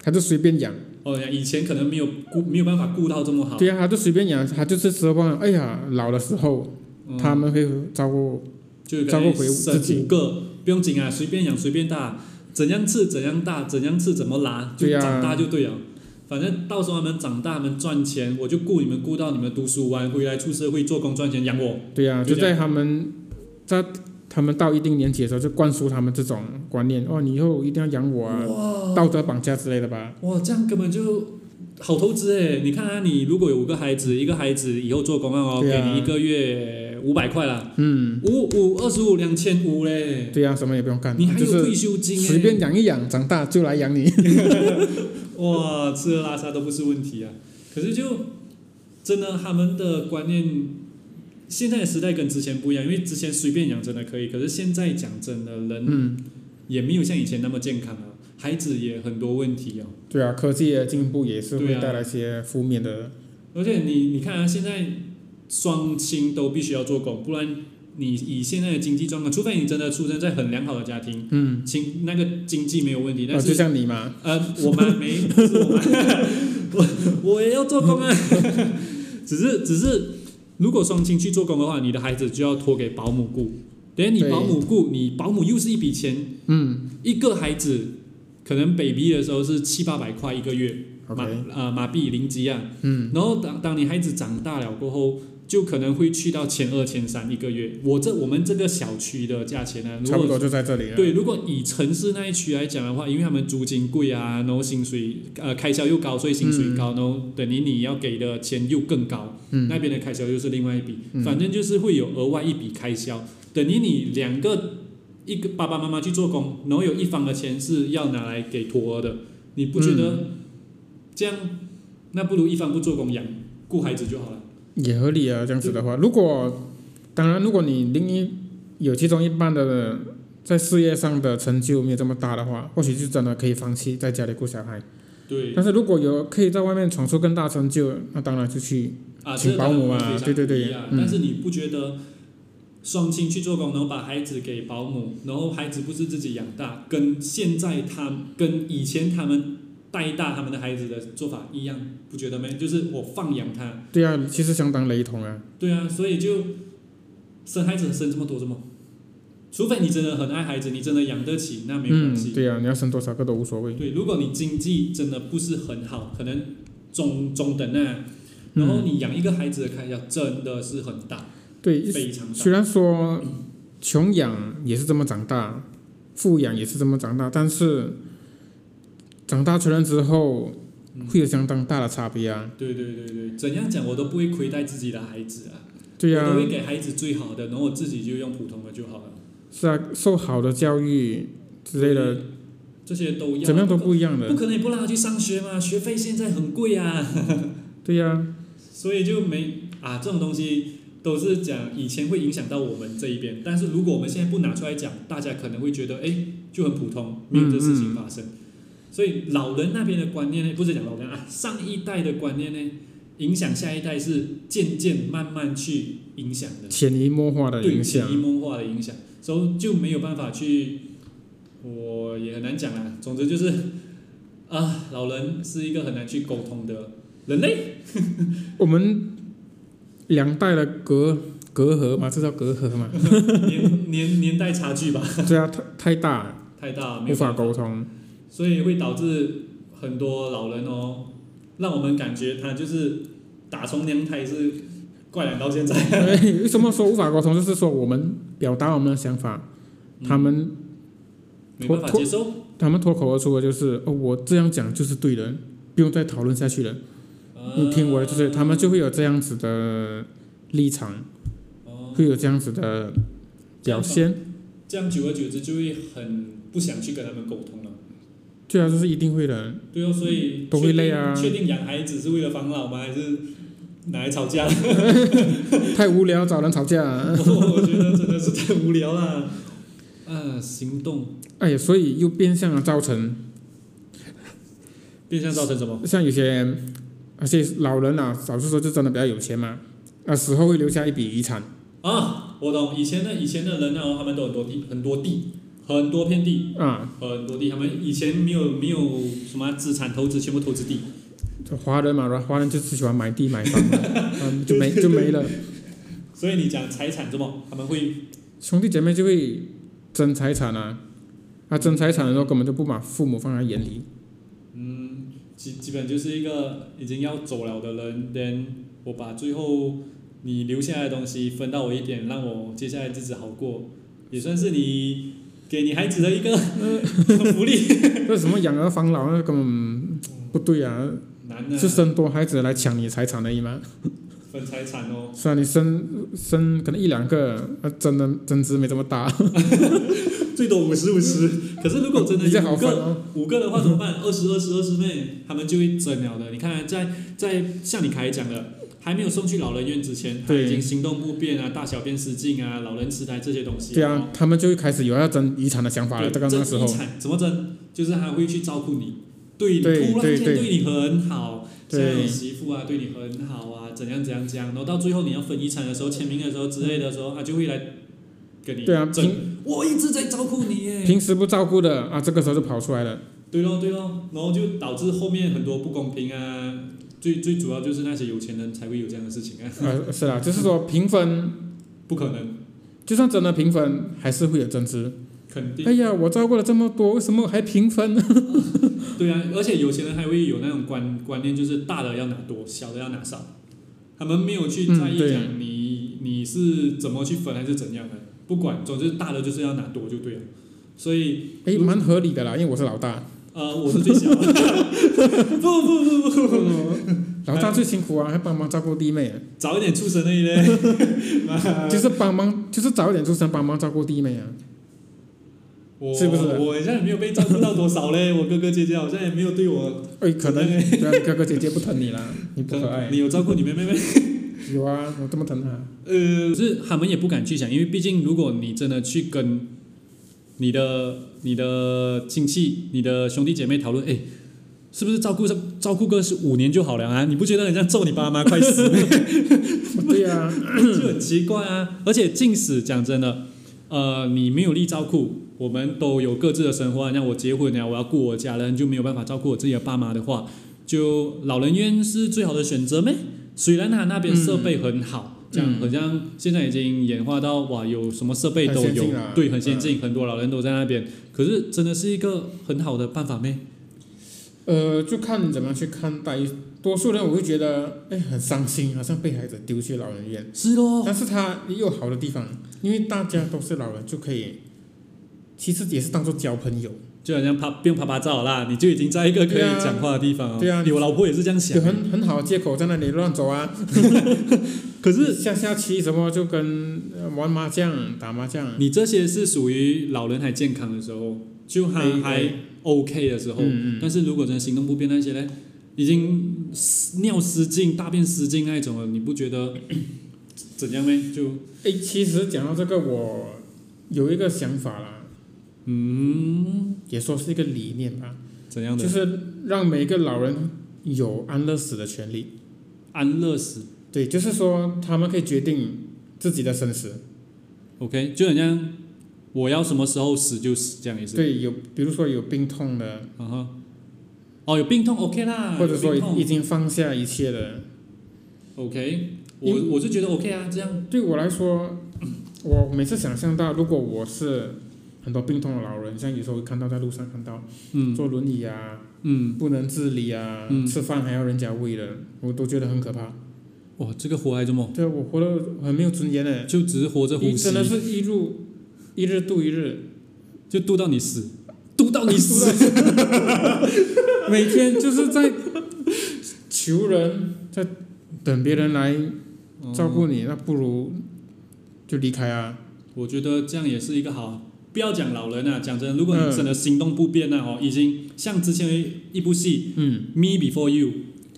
Speaker 1: 他就随便养，
Speaker 3: 哦，以前可能没有顾，没有办法顾到这么好。
Speaker 1: 对呀、他就随便养，他就是奢望，哎呀，老的时候
Speaker 3: 嗯
Speaker 1: 他们会照顾，
Speaker 3: 就
Speaker 1: 照顾回
Speaker 3: 生
Speaker 1: 自己
Speaker 3: 五个不用紧啊，随便养随便大，怎样吃怎样大，怎样吃怎么拉，就
Speaker 1: 对呀
Speaker 3: 长大就对了。反正到时候他们长大，他们赚钱，我就顾你们顾到你们读书完回来出社会做工赚钱养我。
Speaker 1: 对呀、
Speaker 3: 就
Speaker 1: 就
Speaker 3: 这
Speaker 1: 在他们在他们到一定年纪的时候，就灌输他们这种观念，哦，你以后一定要养我啊，道德绑架之类的吧。
Speaker 3: 哇，这样根本就欸好投资哎！你看啊，你如果有五个孩子，一个孩子以后做工啊哦，
Speaker 1: 对啊
Speaker 3: 给你一个月五百块啦，
Speaker 1: 嗯，
Speaker 3: 五五二十五两千五嘞，
Speaker 1: 对呀、啊什么也不用干，
Speaker 3: 你还
Speaker 1: 就
Speaker 3: 有退
Speaker 1: 是
Speaker 3: 休金哎、
Speaker 1: 随便养一养，长大就来养你。
Speaker 3: 哇，吃喝拉撒都不是问题啊。可是就真的他们的观念，现在的时代跟之前不一样，因为之前随便养真的可以，可是现在讲真的，人
Speaker 1: 嗯，
Speaker 3: 也没有像以前那么健康了、啊孩子也很多问题啊。
Speaker 1: 对啊，科技的进步也是会
Speaker 3: 对啊
Speaker 1: 带来一些负面的。
Speaker 3: 而且你你看啊，现在双亲都必须要做工，不然你以现在的经济状况，除非你真的出生在很良好的家庭，
Speaker 1: 嗯，
Speaker 3: 经那个经济没有问题，
Speaker 1: 啊，
Speaker 3: 但、
Speaker 1: 就是像你嘛，
Speaker 3: 呃，我妈没，不是我妈， 我我也要做工啊， 只是只是如果双亲去做工的话，你的孩子就要托给保姆雇，等于你
Speaker 1: 对
Speaker 3: 保姆雇，你保姆又是一笔钱，
Speaker 1: 嗯
Speaker 3: 一个孩子可能 baby 的时候是七八百块一个月，马
Speaker 1: ，OK，
Speaker 3: 呃马币零吉啊。
Speaker 1: 嗯，
Speaker 3: 然后当当你孩子长大了过后，就可能会去到千二、千三一个月。我这我们这个小区的价钱呢，如
Speaker 1: 差不
Speaker 3: 果
Speaker 1: 多就在这里了。
Speaker 3: 对，如果以城市那一区来讲的话，因为他们租金贵啊，然后薪水呃开销又高，所以薪水高，然后等于你要给的钱又更高，
Speaker 1: 嗯
Speaker 3: 那边的开销又是另外一笔，
Speaker 1: 嗯
Speaker 3: 反正就是会有额外一笔开销，等于你两个一个爸爸妈妈去做工，然后有一方的钱是要拿来给托儿的，你不觉
Speaker 1: 嗯
Speaker 3: 得这样？那不如一方不做工养顾孩子就好了。
Speaker 1: 也合理啊，这样子的话，如果当然，如果你另一有其中一半的在事业上的成就没有这么大的话，或许就真的可以放弃在家里顾小孩。
Speaker 3: 对
Speaker 1: 但是如果有可以在外面闯出更大成就，那当然就去。
Speaker 3: 啊，
Speaker 1: 请
Speaker 3: 这个
Speaker 1: 保姆啊
Speaker 3: 当然非常
Speaker 1: 对对对
Speaker 3: 不一样
Speaker 1: 嗯
Speaker 3: 但是你不觉得双亲去做工，然后把孩子给保姆，然后孩子不是自己养大，跟现在他跟以前他们带大他们的孩子的做法一样，不觉得没？就是我放养他，
Speaker 1: 对啊，其实相当雷同啊。
Speaker 3: 对啊，所以就生孩子生这么多这么，除非你真的很爱孩子，你真的养得起，那没有
Speaker 1: 嗯
Speaker 3: 关系，。
Speaker 1: 对啊，你要生多少个都无所谓。
Speaker 3: 对，如果你经济真的不是很好，可能中中等啊，然后你养一个孩子的开销真的是很大。
Speaker 1: 对，
Speaker 3: 非常大
Speaker 1: 虽。然说穷养也是这么长大，富养也是这么长大，但是长大成人之后会有相当大的差别啊。
Speaker 3: 对对对对，怎样讲我都不会亏待自己的孩子啊，
Speaker 1: 对
Speaker 3: 我
Speaker 1: 啊
Speaker 3: 都，会给孩子最好的，然后我自己就用普通的就好了。
Speaker 1: 是啊，受好的教育之类的，
Speaker 3: 这些都要，
Speaker 1: 怎么样都不一样
Speaker 3: 不
Speaker 1: 的。
Speaker 3: 可能，也不让他去上学嘛，学费现在很贵啊，
Speaker 1: 对啊呀、
Speaker 3: 所以就没啊这种东西。都是讲以前会影响到我们这一边，但是如果我们现在不拿出来讲，大家可能会觉得哎就很普通，没有这事情发生。所以老人那边的观念呢，不是讲老人啊，上一代的观念呢，影响下一代是渐渐慢慢去影响的。
Speaker 1: 潜移默化的
Speaker 3: 对
Speaker 1: 影
Speaker 3: 潜移
Speaker 1: 响。
Speaker 3: 默化的影响，所以就没有办法去，我也很难讲啦。总之就是，啊，老人是一个很难去沟通的人类。
Speaker 1: 我们两代的隔隔阂嘛，这叫隔阂嘛？
Speaker 3: 年 年年代差距吧，
Speaker 1: 对啊，太太大，
Speaker 3: 太大，没
Speaker 1: 无
Speaker 3: 有
Speaker 1: 法
Speaker 3: 办法，
Speaker 1: 沟通。
Speaker 3: 所以会导致很多老人哦，让我们感觉他就是打从娘胎是怪懒到现在。
Speaker 1: 对为什么说无法沟通？就是说我们表达我们的想法，
Speaker 3: 嗯
Speaker 1: 他们
Speaker 3: 没办法接受，
Speaker 1: 他们脱口而出的就是哦，我这样讲就是对的，不用再讨论下去了。
Speaker 3: 啊
Speaker 1: 你嗯听我的就是，他们就会有这样子的立场，会有这样子的表现。
Speaker 3: 这样久而久之就会很不想去跟他们沟通了。
Speaker 1: 对啊，这是一定会的。
Speaker 3: 对哦，所以
Speaker 1: 都会累啊
Speaker 3: 确定确定养孩子是为了防老吗？还是拿来吵架？
Speaker 1: 太无聊，找人吵架、
Speaker 3: 我我觉得真的是太无聊啦。啊，行动
Speaker 1: 哎呀，所以又变相的造成，
Speaker 3: 变相造成什么？
Speaker 1: 像有些而且老人啊，少数时候就真的比较有钱嘛，那时候会留下一笔遗产。
Speaker 3: 啊，我懂，以前的以前的人呢、他们都很多地，很多地，很多片地，
Speaker 1: 啊，
Speaker 3: 很多地，他们以前没有没有什么资产投资，全部投资地。
Speaker 1: 这华人嘛，然后华人就是喜欢买地买 房嘛，嗯，就没就没了。
Speaker 3: 所以你讲财产什么，他们会
Speaker 1: 兄弟姐妹就会争财产啊，啊，争财产的时候根本就不把父母放在眼 里。
Speaker 3: 基基本就是一个已经要走了的人，then 我把最后你留下来的东西分到我一点，让我接下来日子好过，也算是你给你孩子的一个 福利。
Speaker 1: 这什么养儿防老，那根本不对啊，
Speaker 3: 难啊，
Speaker 1: 是生多孩子来抢你财产而已嘛。
Speaker 3: 分财产哦，
Speaker 1: 虽然你生生可能一两个，呃，真的增值没这么大，
Speaker 3: 最多五十五十。可是如果真 的
Speaker 1: 比较
Speaker 3: 有
Speaker 1: 好
Speaker 3: 五
Speaker 1: 分
Speaker 3: 个
Speaker 1: 哦。
Speaker 3: 五个的话怎么办？二十二十二十妹，他们就会整了的。你看，啊在在像你凯讲的，还没有送去老人院之前，他
Speaker 1: 对
Speaker 3: 已经行动不便啊、大小便失禁啊、老人痴呆这些东西。
Speaker 1: 对啊，他们就会开始有要争遗产的想法
Speaker 3: 对，
Speaker 1: 了。这个那时候
Speaker 3: 争遗，产怎么争？就是他会去照顾你，对你
Speaker 1: 对
Speaker 3: 突然间
Speaker 1: 对
Speaker 3: 对你很好，
Speaker 1: 对
Speaker 3: 像有媳妇啊对你很好啊，怎样怎样怎样，然后到最后你要分遗产的时候、签名的时候之类的时候，他就会来跟你
Speaker 1: 对啊，
Speaker 3: 争。
Speaker 1: 平
Speaker 3: 我一直在照顾你耶。
Speaker 1: 平时不照顾的啊，这个时候就跑出来 了。
Speaker 3: 对咯对咯，然后就导致后面很多不公平啊。最最主要就是那些有钱人才会有这样的事情啊，
Speaker 1: 呃，是啦，就是说平分，
Speaker 3: 不可能，
Speaker 1: 就算真的平分，还是会有争执。
Speaker 3: 肯
Speaker 1: 哎
Speaker 3: 定。
Speaker 1: 呀，我照顾了这么多，为什么还平分？
Speaker 3: 对啊，而且有钱人还会有那种观观念，就是大的要拿多，小的要拿少，他们没有去在
Speaker 1: 嗯
Speaker 3: 意
Speaker 1: 对
Speaker 3: 讲你、你是怎么去分还是怎样的，啊不管，总之大的就是要拿多就对了。所以
Speaker 1: 哎，蛮合理的啦，因为我是老 大，
Speaker 3: 呃，我是最小 的，不不不不不，
Speaker 1: 老大最辛苦啊，还帮忙照顾弟妹，啊
Speaker 3: 早一点出生而已嘞。啊
Speaker 1: 就是帮忙，就是早一点出生，帮忙照顾弟 妹啊。
Speaker 3: 我
Speaker 1: 是不是
Speaker 3: 我好像也没有被照顾到多少嘞，我哥哥姐姐好像也没有对我
Speaker 1: 哎，可能
Speaker 3: 对
Speaker 1: 对啊，你哥哥姐姐不疼你啦，你不可爱
Speaker 3: 你。有照顾你妹妹吗？
Speaker 1: 有啊，我这么疼她，
Speaker 3: 呃，可是他们也不敢去想，因为毕竟如果你真的去跟你的、你的亲戚、你的兄弟姐妹讨论，哎，是不是照顾这照顾个是五年就好了啊？你不觉得人家揍你爸妈快死吗？
Speaker 1: 对啊，
Speaker 3: 就很奇怪啊！而且即使讲真的，呃，你没有力照顾，我们都有各自的生活。像我结婚了，我要顾我家人，就没有办法照顾我自己的爸妈的话，就老人院是最好的选择咩？虽然他那边设备很
Speaker 1: 嗯
Speaker 3: 好，这样好像现在已经演化到哇，有什么设备都
Speaker 1: 很先
Speaker 3: 有
Speaker 1: 进啊，
Speaker 3: 对，很先进，很多老人都在那边。可是真的是一个很好的办法咩？
Speaker 1: 呃，就看你怎么样去看待。多数人我会觉得，哎，很伤心，好像被孩子丢去老人院。
Speaker 3: 是咯，
Speaker 1: 但是它也有好的地方，因为大家都是老人，就可以，其实也是当做交朋友。
Speaker 3: 就好像啪不用啪啪照啦，你就已经在一个可以
Speaker 1: 对啊
Speaker 3: 讲话的地方哦。
Speaker 1: 对啊
Speaker 3: 有老婆也是这样想
Speaker 1: 有。很很好的借口在那里乱走啊，
Speaker 3: 可是
Speaker 1: 下下棋什么就跟呃玩麻将、打麻将，
Speaker 3: 你这些是属于老人还健康的时候，就还
Speaker 1: 对对
Speaker 3: 还 OK 的时候。
Speaker 1: 嗯嗯，
Speaker 3: 但是如果真的行动不便那些呢，已经失尿失禁、大便失禁那一种了，你不觉得 怎样呢？就
Speaker 1: 哎，其实讲到这个，我有一个想法啦，
Speaker 3: 嗯，
Speaker 1: 也说是一个理念吧，
Speaker 3: 怎样
Speaker 1: 就
Speaker 3: 的
Speaker 1: 是让每个老人有安乐死的权利。
Speaker 3: 安乐死
Speaker 1: 对，就是说他们可以决定自己的生死。
Speaker 3: ？OK，就很像我要什么时候死就死这样也是。
Speaker 1: 对，有比如说有病痛的，
Speaker 3: 嗯哼。哦，有病痛 OK 啦，
Speaker 1: 或者说
Speaker 3: 有病
Speaker 1: 已
Speaker 3: 痛
Speaker 1: 经放下一切的，
Speaker 3: OK，
Speaker 1: 因
Speaker 3: 我我就觉得 OK 啊，这样
Speaker 1: 对我来说，我每次想象到，如果我是很多病痛的老人，像有时候会看到在路上看到
Speaker 3: 嗯
Speaker 1: 坐轮椅啊，
Speaker 3: 嗯，
Speaker 1: 不能自理啊，
Speaker 3: 嗯
Speaker 1: 吃饭还要人家喂的，我都觉得很可怕。
Speaker 3: 哇，这个活还这么，
Speaker 1: 对啊，我活得很没有尊严的，
Speaker 3: 就只是活着呼
Speaker 1: 一
Speaker 3: 吸
Speaker 1: 真，的是一路一日度一日，
Speaker 3: 就度到你死，度到你死。
Speaker 1: 每天就是在求人，在等别人来
Speaker 3: 哦
Speaker 1: 照顾你，那不如就离开啊。
Speaker 3: 我觉得这样也是一个好，不要讲老人啊，讲真的，如果你
Speaker 1: 嗯
Speaker 3: 真的行动不便啊，哦，已经像之前一部戏《
Speaker 1: 嗯，
Speaker 3: Me Before You》，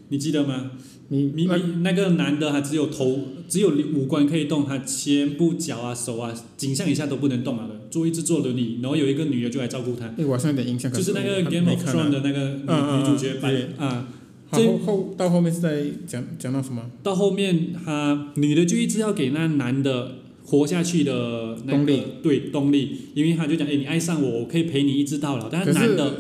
Speaker 3: 你记得吗？
Speaker 1: 你
Speaker 3: 咪
Speaker 1: 那
Speaker 3: 咪那个男的，他只有头，只有五官可以动，他前部、脚啊、手啊、颈项以下都不能动了的，坐一直坐轮椅，然后有一个女的就来照顾他，
Speaker 1: 哎，我好像有点印象，可
Speaker 3: 就是那
Speaker 1: 我
Speaker 3: 个
Speaker 1: 还
Speaker 3: Game
Speaker 1: 没
Speaker 3: of
Speaker 1: 看啊
Speaker 3: Thrones 的那个
Speaker 1: 嗯嗯
Speaker 3: 女女主角
Speaker 1: 嗯
Speaker 3: 白
Speaker 1: 对
Speaker 3: 啊，
Speaker 1: 好
Speaker 3: 这
Speaker 1: 后后到后面是在讲讲到什么？
Speaker 3: 到后面他女的就一直要给那男的活下去的那个
Speaker 1: 动力
Speaker 3: 对动力，因为他就讲，哎，你爱上我，我可以陪你一直到老。但是
Speaker 1: 可是
Speaker 3: 男的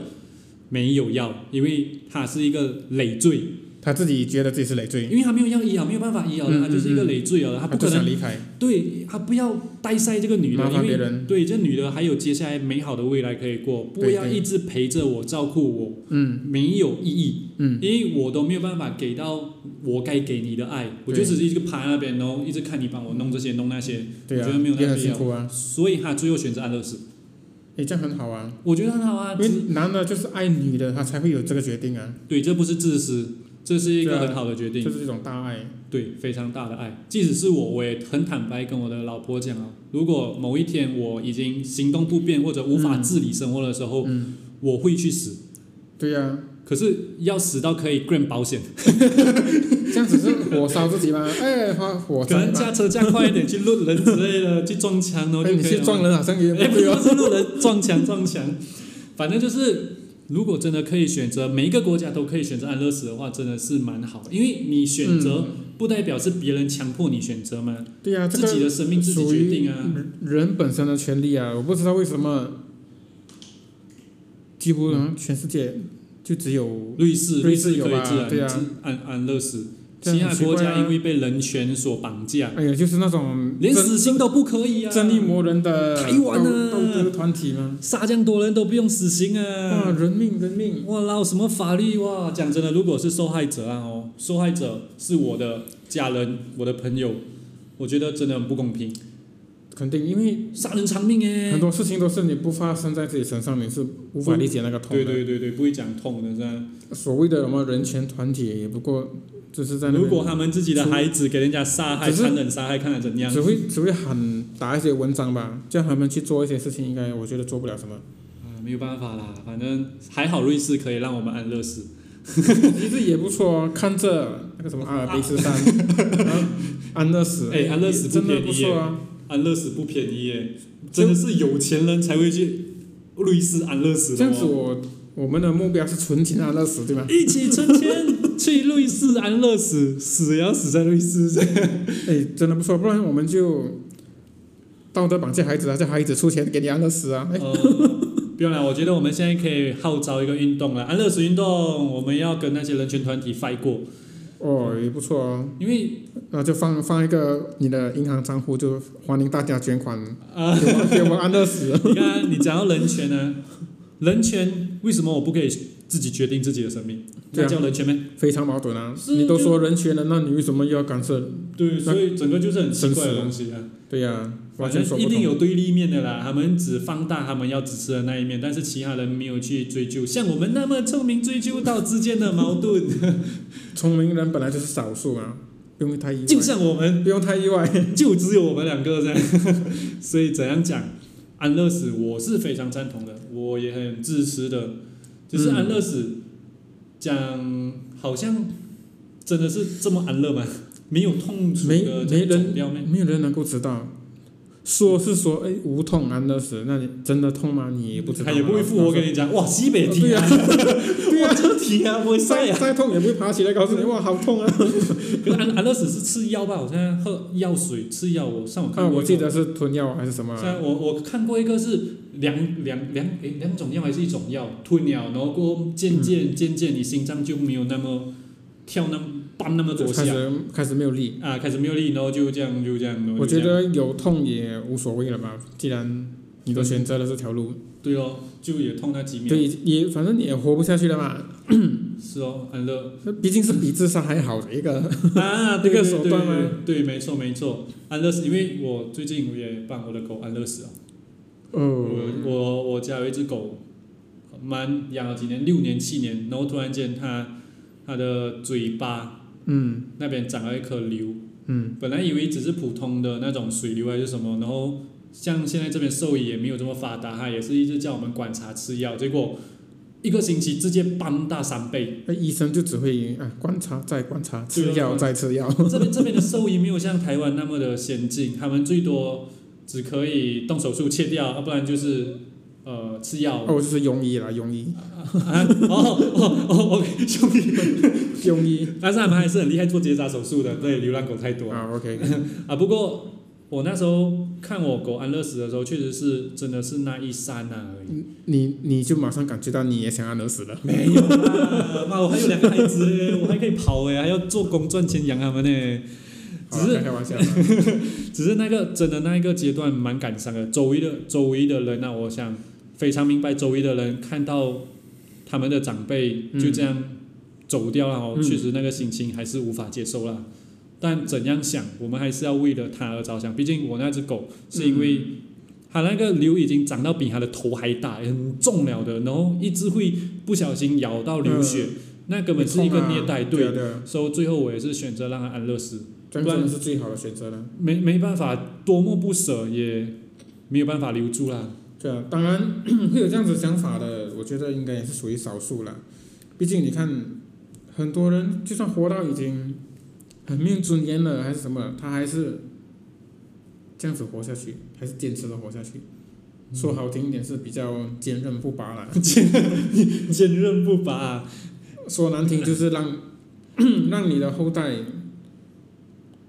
Speaker 3: 没有要，因为他是一个累赘，
Speaker 1: 他自己觉得自己是累赘，
Speaker 3: 因为他没有要医啊，没有办法医啊，
Speaker 1: 嗯
Speaker 3: 他就是一个累赘啊，他不
Speaker 1: 就
Speaker 3: 可
Speaker 1: 想
Speaker 3: 能
Speaker 1: 离开。
Speaker 3: 对他不要带塞这个女的，
Speaker 1: 麻
Speaker 3: 因
Speaker 1: 烦别
Speaker 3: 为
Speaker 1: 人
Speaker 3: 对这女的还有接下来美好的未来可以过，不
Speaker 1: 嗯对
Speaker 3: 要
Speaker 1: 对
Speaker 3: 一直陪着我照顾我，
Speaker 1: 嗯
Speaker 3: 没有意义，
Speaker 1: 嗯，
Speaker 3: 因为我都没有办法给到我该给你的爱，我就只是一直趴在那边，然后一直看你帮我弄这些弄那些，
Speaker 1: 对
Speaker 3: 我
Speaker 1: 啊
Speaker 3: 觉得没有，那
Speaker 1: 也很
Speaker 3: 必
Speaker 1: 辛
Speaker 3: 要
Speaker 1: 苦啊。
Speaker 3: 所以他最后选择安乐死，
Speaker 1: 哎，这样很好啊，
Speaker 3: 我觉得很好啊
Speaker 1: 因，为男的就是爱女的，他才会有这个决定啊。
Speaker 3: 对，这不是自私，这是一
Speaker 1: 对
Speaker 3: 个
Speaker 1: 啊
Speaker 3: 很好的决定
Speaker 1: 这。是一种大爱。
Speaker 3: 对，非常大的爱。即使是我，我也很坦白跟我的老婆讲啊，如果某一天我已经行动不便或者无法自理生活的时候，
Speaker 1: 嗯，
Speaker 3: 我会去死。
Speaker 1: 对啊呀、
Speaker 3: 可是要死到可以 claim 保险，
Speaker 1: 这样只是火烧自己吗？哎，花火
Speaker 3: 可
Speaker 1: 灾
Speaker 3: 能
Speaker 1: 吗？
Speaker 3: 驾车驾快一点去抡人之类的，去撞墙然后
Speaker 1: 哎，
Speaker 3: 就
Speaker 1: 你
Speaker 3: 可以
Speaker 1: 去
Speaker 3: 了。
Speaker 1: 撞人好像有
Speaker 3: 哎，
Speaker 1: 点不
Speaker 3: 不
Speaker 1: 对 哦。
Speaker 3: 是路人撞墙撞墙，反正就是，如果真的可以选择，每一个国家都可以选择安乐死的话，真的是蛮好，因为你选择
Speaker 1: 嗯
Speaker 3: 不代表是别人强迫你选择嘛，
Speaker 1: 对啊呀、这
Speaker 3: 自己
Speaker 1: 个
Speaker 3: 的生命自己
Speaker 1: 属
Speaker 3: 决
Speaker 1: 于
Speaker 3: 定啊。
Speaker 1: 人本身的权利啊，我不知道为什么，几乎好像全世界就只有
Speaker 3: 瑞士，
Speaker 1: 瑞士
Speaker 3: 士
Speaker 1: 有
Speaker 3: 可以
Speaker 1: 吧
Speaker 3: 自然
Speaker 1: 对啊
Speaker 3: 自安安乐死，
Speaker 1: 这
Speaker 3: 其
Speaker 1: 样
Speaker 3: 他
Speaker 1: 很奇
Speaker 3: 国
Speaker 1: 怪
Speaker 3: 家
Speaker 1: 啊
Speaker 3: 因为被人权所绑架，
Speaker 1: 哎呀，就是那种
Speaker 3: 连
Speaker 1: 正
Speaker 3: 死刑都不可以啊，
Speaker 1: 正义魔人的
Speaker 3: 台湾啊
Speaker 1: 斗斗争团体吗？
Speaker 3: 杀这样多人都不用死刑
Speaker 1: 啊，
Speaker 3: 啊。
Speaker 1: 人命人命，
Speaker 3: 哇啦，什么法律哇？讲真的，如果是受害者啊哦，受害者是我的家人、我的朋友，我觉得真的很不公平，
Speaker 1: 肯定，因为
Speaker 3: 杀人偿命哎
Speaker 1: 很。多事情都是你不发生在自己身上，你是无法理解那个痛
Speaker 3: 对
Speaker 1: 的。
Speaker 3: 对对对，不会讲痛的是吧？
Speaker 1: 所谓的什么人权团体，也不过就是在那边
Speaker 3: 如果他们自己的孩子给人家杀害、
Speaker 1: 只是
Speaker 3: 残忍杀害，看了怎样？
Speaker 1: 只会只会喊打一些文章吧，叫他们去做一些事情，应该我觉得做不了什么。
Speaker 3: 啊，没有办法啦，反正还好瑞士可以让我们安乐死。
Speaker 1: 其实也不错哦，看这那个什么阿尔卑斯 山，然后安乐死，
Speaker 3: 哎安乐死不
Speaker 1: 真的
Speaker 3: 便宜
Speaker 1: 不
Speaker 3: 耶
Speaker 1: 错啊。
Speaker 3: 安乐死不便宜耶，真的是有钱人才会去瑞士安乐死
Speaker 1: 这
Speaker 3: 的
Speaker 1: 样子
Speaker 3: 哦。
Speaker 1: 我我们的目标是存钱安乐死，对吗？
Speaker 3: 一起存钱去瑞士安乐死，死也要死在瑞士。
Speaker 1: 哎，真的不错，不然我们就道德绑架孩子啊，叫孩子出钱给你安乐死啊。哎，
Speaker 3: 呃不用了，我觉得我们现在可以号召一个运动了，啊安乐死运动，我们要跟那些人权团体 fight 过，
Speaker 1: 哦，也不错哦。
Speaker 3: 因为
Speaker 1: 然后就放放一个你的银行账户，就欢迎大家捐款，
Speaker 3: 啊、
Speaker 1: 给我们给我们安乐死。
Speaker 3: 你看啊你讲到人权呢、人权为什么我不可以自己决定自己的生命？
Speaker 1: 对
Speaker 3: 那
Speaker 1: 啊
Speaker 3: 叫人权吗？
Speaker 1: 非常矛盾啊！
Speaker 3: 是
Speaker 1: 你都
Speaker 3: 就
Speaker 1: 说人权了，那你为什么又要干涉？
Speaker 3: 对，
Speaker 1: 那
Speaker 3: 所以整个就是很奇怪
Speaker 1: 生
Speaker 3: 的
Speaker 1: 死
Speaker 3: 东西啊。
Speaker 1: 嗯对啊呀、完
Speaker 3: 反
Speaker 1: 全
Speaker 3: 正
Speaker 1: 说
Speaker 3: 一
Speaker 1: 不
Speaker 3: 定
Speaker 1: 通。
Speaker 3: 有对立面的啦，他们只放大他们要支持的那一面，但是其他人没有去追究。像我们那么聪明，追究到之间的矛 盾，
Speaker 1: 聪明人本来就是少数啊，不用太意外，
Speaker 3: 就像我们
Speaker 1: 不用太意外。
Speaker 3: 就只有我们两个这样，所以怎样讲，安乐死我是非常赞同的，我也很支持的。只是
Speaker 1: 嗯
Speaker 3: 安乐死讲好像真的是这么安乐吗？没有痛楚
Speaker 1: 没
Speaker 3: 的
Speaker 1: 没
Speaker 3: 这
Speaker 1: 人
Speaker 3: 种料咩？
Speaker 1: 没有人能够知道，说是说，哎，无痛安乐死，那你真的痛吗？你也不知道
Speaker 3: 嗯他
Speaker 1: 嘛。
Speaker 3: 也不会复活跟你讲，哇，西北
Speaker 1: 对
Speaker 3: 蹄
Speaker 1: 呀
Speaker 3: 啊，
Speaker 1: 对呀
Speaker 3: 哇，这蹄啊，不会晒
Speaker 1: 再
Speaker 3: 啊。
Speaker 1: 再痛也不会爬起来告 诉你，哇，好痛啊！
Speaker 3: 可是安安乐死是吃药吧？我现在喝药水吃药，我上网看
Speaker 1: 啊，
Speaker 3: 过一个、
Speaker 1: 我记得是吞药还是什么啊？
Speaker 3: 像我我看过一个是两两两诶两种药还是一种药吞了，然后过后渐渐渐渐你心脏就没有那么跳那么蹦那么多
Speaker 1: 开
Speaker 3: 下
Speaker 1: 始开始没有力。
Speaker 3: 啊，开始没有力，然后就这样就这样。然后
Speaker 1: 我
Speaker 3: 就这
Speaker 1: 觉
Speaker 3: 样
Speaker 1: 得有痛也无所谓了吧，既然你
Speaker 3: 嗯
Speaker 1: 都选择了这条路，
Speaker 3: 对哦，就也痛那几秒
Speaker 1: 就。也也反正你也活不下去了嘛。
Speaker 3: 是哦，安乐
Speaker 1: 那毕竟是比自杀还好的一 个。
Speaker 3: 啊，对
Speaker 1: 一个
Speaker 3: 对
Speaker 1: 手
Speaker 3: 对
Speaker 1: 段吗
Speaker 3: 对，对没错没错，安乐死，因为我最近我也帮我的狗安乐死啊。
Speaker 1: 哦，
Speaker 3: 我我我家有一只狗，蛮养了几年，六年七年，然后突然间它它的嘴巴
Speaker 1: 嗯
Speaker 3: 那边长了一颗瘤，
Speaker 1: 嗯，
Speaker 3: 本来以为只是普通的那种水瘤还是什么，然后像现在这边兽医也没有这么发达，它也是一直叫我们观察吃药，结果一个星期直接搬大三倍。
Speaker 1: 那医生就只会啊观察再观察，
Speaker 3: 对啊
Speaker 1: 吃药再吃 药。
Speaker 3: 这边这边的兽医没有像台湾那么的先进，他们最多只可以动手术切掉，要不然就是呃吃药。
Speaker 1: 哦，就是庸医啦，庸医，
Speaker 3: 啊，哦哦哦，OK，兄弟，
Speaker 1: 庸医
Speaker 3: 但是他们还是很厉害做结扎手术的，对，流浪狗太多啊
Speaker 1: 啊，OK，
Speaker 3: 不过我那时候看我狗安乐死的时候，确实是真的是那一刹那而已，
Speaker 1: 你你就马上感觉到你也想要饿死了。
Speaker 3: 没有啦，妈，我还有两个孩子耶，我还可以跑哎，还要做工赚钱养他们欸呢。只
Speaker 1: 好啦
Speaker 3: 是
Speaker 1: 开开玩笑啦，
Speaker 3: 只是那个真的那一个阶段蛮感伤的，周围的周围的人啊，我想非常明白周围的人看到他们的长辈
Speaker 1: 嗯
Speaker 3: 就这样走掉了哦，
Speaker 1: 嗯
Speaker 3: 确实那个心情还是无法接受啦。但怎样想，我们还是要为了他而着想。毕竟我那只狗是因
Speaker 1: 嗯
Speaker 3: 为它那个瘤已经长到比它的头还大，很重了的，然后一只会不小心咬到流血，那 根本是一个虐
Speaker 1: 嗯
Speaker 3: 待，
Speaker 1: 啊对
Speaker 3: 对。
Speaker 1: 的，
Speaker 3: 所以最后我也是选择让他安乐死，
Speaker 1: 这样真的是最好的选择了。
Speaker 3: 没没办法，多么不舍也没有办法留住 啦。
Speaker 1: 对啊，当然 会有这样子想法的，我觉得应该也是属于少数了。毕竟你看，很多人就算活到已经很没有尊严了，还是什么，他还是这样子活下去，还是坚持的活下去。说好听一点是比较坚韧不拔了，
Speaker 3: 坚韧不拔，
Speaker 1: 说难听就是让 让你的后代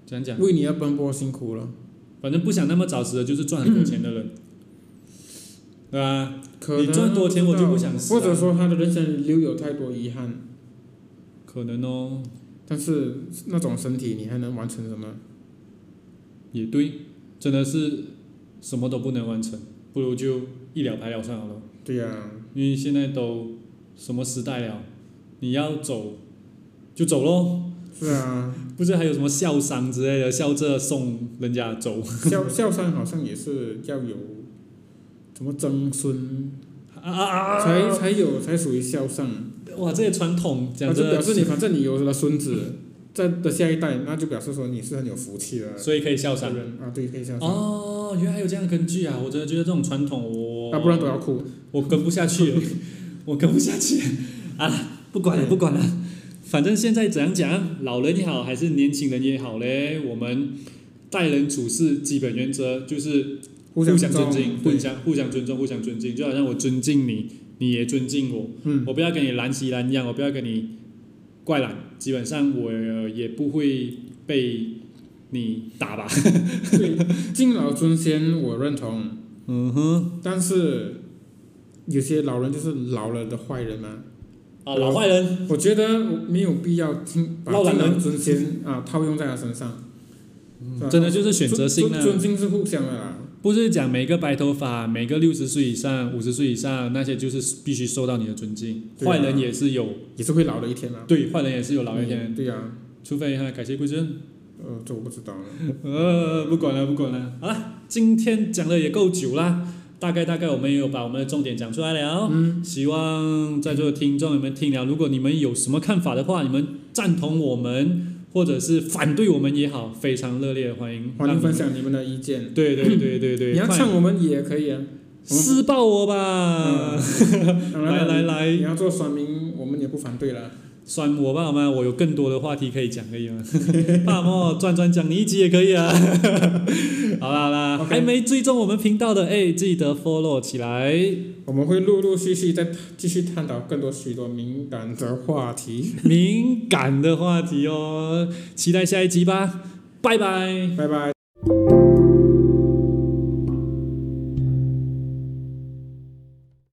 Speaker 3: 怎样讲？
Speaker 1: 为你而奔波辛苦了。
Speaker 3: 反正不想那么早死的，就是赚很多钱的人，对吧？
Speaker 1: 嗯可能
Speaker 3: 你赚多钱我就不想死啊
Speaker 1: 或者说他的人生留有太多遗憾，
Speaker 3: 可能哦，
Speaker 1: 但是那种身体你还能完成什么？
Speaker 3: 也对，真的是什么都不能完成，不如就一了百了算好了。
Speaker 1: 对呀、
Speaker 3: 因为现在都什么时代了，你要走就走喽，
Speaker 1: 是啊，
Speaker 3: 不是还有什么孝丧之类的，孝这送人家走，啊
Speaker 1: 孝孝商好像也是要有什么曾孙
Speaker 3: 啊啊啊啊！
Speaker 1: 才才有才属于孝商，
Speaker 3: 哇，这些传统
Speaker 1: 那
Speaker 3: 讲
Speaker 1: 就
Speaker 3: 真
Speaker 1: 表
Speaker 3: 的，
Speaker 1: 示你反正你有了孙子，在的下一代，那就表示说你是很有福气的。
Speaker 3: 所以可以孝丧。
Speaker 1: 人啊，对，可以孝商，
Speaker 3: 哦，原来还有这样的根据啊！我真的觉得这种传统我，
Speaker 1: 啊，不然都要哭。
Speaker 3: 我跟不下去了， 我跟不下去了啊！不管了，不管了，反正现在怎样讲，老人也好，还是年轻人也好嘞，我们待人处事基本原则就是
Speaker 1: 互
Speaker 3: 相
Speaker 1: 相
Speaker 3: 尊敬，
Speaker 1: 对
Speaker 3: 互相互相尊重，互相尊敬，就好像我尊敬你，你也尊敬我，
Speaker 1: 嗯，
Speaker 3: 我不要跟你懒起懒样，我不要跟你怪懒，基本上我呃也不会被你打吧。
Speaker 1: 对，敬老尊贤我认同，
Speaker 3: 嗯哼，
Speaker 1: 但是有些老人就是老了的坏人嘛，
Speaker 3: 啊，老坏人，
Speaker 1: 我觉得没有必要听把
Speaker 3: 老懒
Speaker 1: 敬
Speaker 3: 人
Speaker 1: 老尊贤啊套用在他身上，是吧
Speaker 3: 嗯真的就是选择性
Speaker 1: 尊
Speaker 3: 啊。
Speaker 1: 尊敬是互相的啦。
Speaker 3: 不是讲每个白头发、每个六十岁以上、五十岁以上那些就是必须受到你的尊敬，
Speaker 1: 对啊
Speaker 3: 坏人也是有，
Speaker 1: 也是会老的一天啊。
Speaker 3: 对，坏人也是有老一天，
Speaker 1: 嗯对啊，
Speaker 3: 除非他改邪归正。
Speaker 1: 呃，这我不知道了。
Speaker 3: 呃，不管了，不管了，好了，今天讲的也够久啦，大概大概我们也有把我们的重点讲出来了。
Speaker 1: 嗯，
Speaker 3: 希望在座的听众你们听了，如果你们有什么看法的话，你们赞同我们或者是反对我们也好，非常热烈的欢迎，
Speaker 1: 欢迎分
Speaker 3: 让
Speaker 1: 享你们的意见，
Speaker 3: 你。对对对对对，
Speaker 1: 你要
Speaker 3: 快
Speaker 1: 呛我们也可以啊。
Speaker 3: 施暴我吧！
Speaker 1: 嗯当
Speaker 3: 来
Speaker 1: 然了，
Speaker 3: 来
Speaker 1: 你
Speaker 3: 来，
Speaker 1: 要做酸民，我们也不反对啦。
Speaker 3: 酸我吧好吗？我有更多的话题可以讲，可以吗？爸莫转转讲你一集也可以啊。 好啦好啦
Speaker 1: OK
Speaker 3: 还没追踪我们频道的哎，记得 follow 起来。
Speaker 1: 我们会陆陆续续再继续探讨更多许多敏感的话题。
Speaker 3: 敏感的话题哦，期待下一集吧，拜拜。
Speaker 1: 拜拜。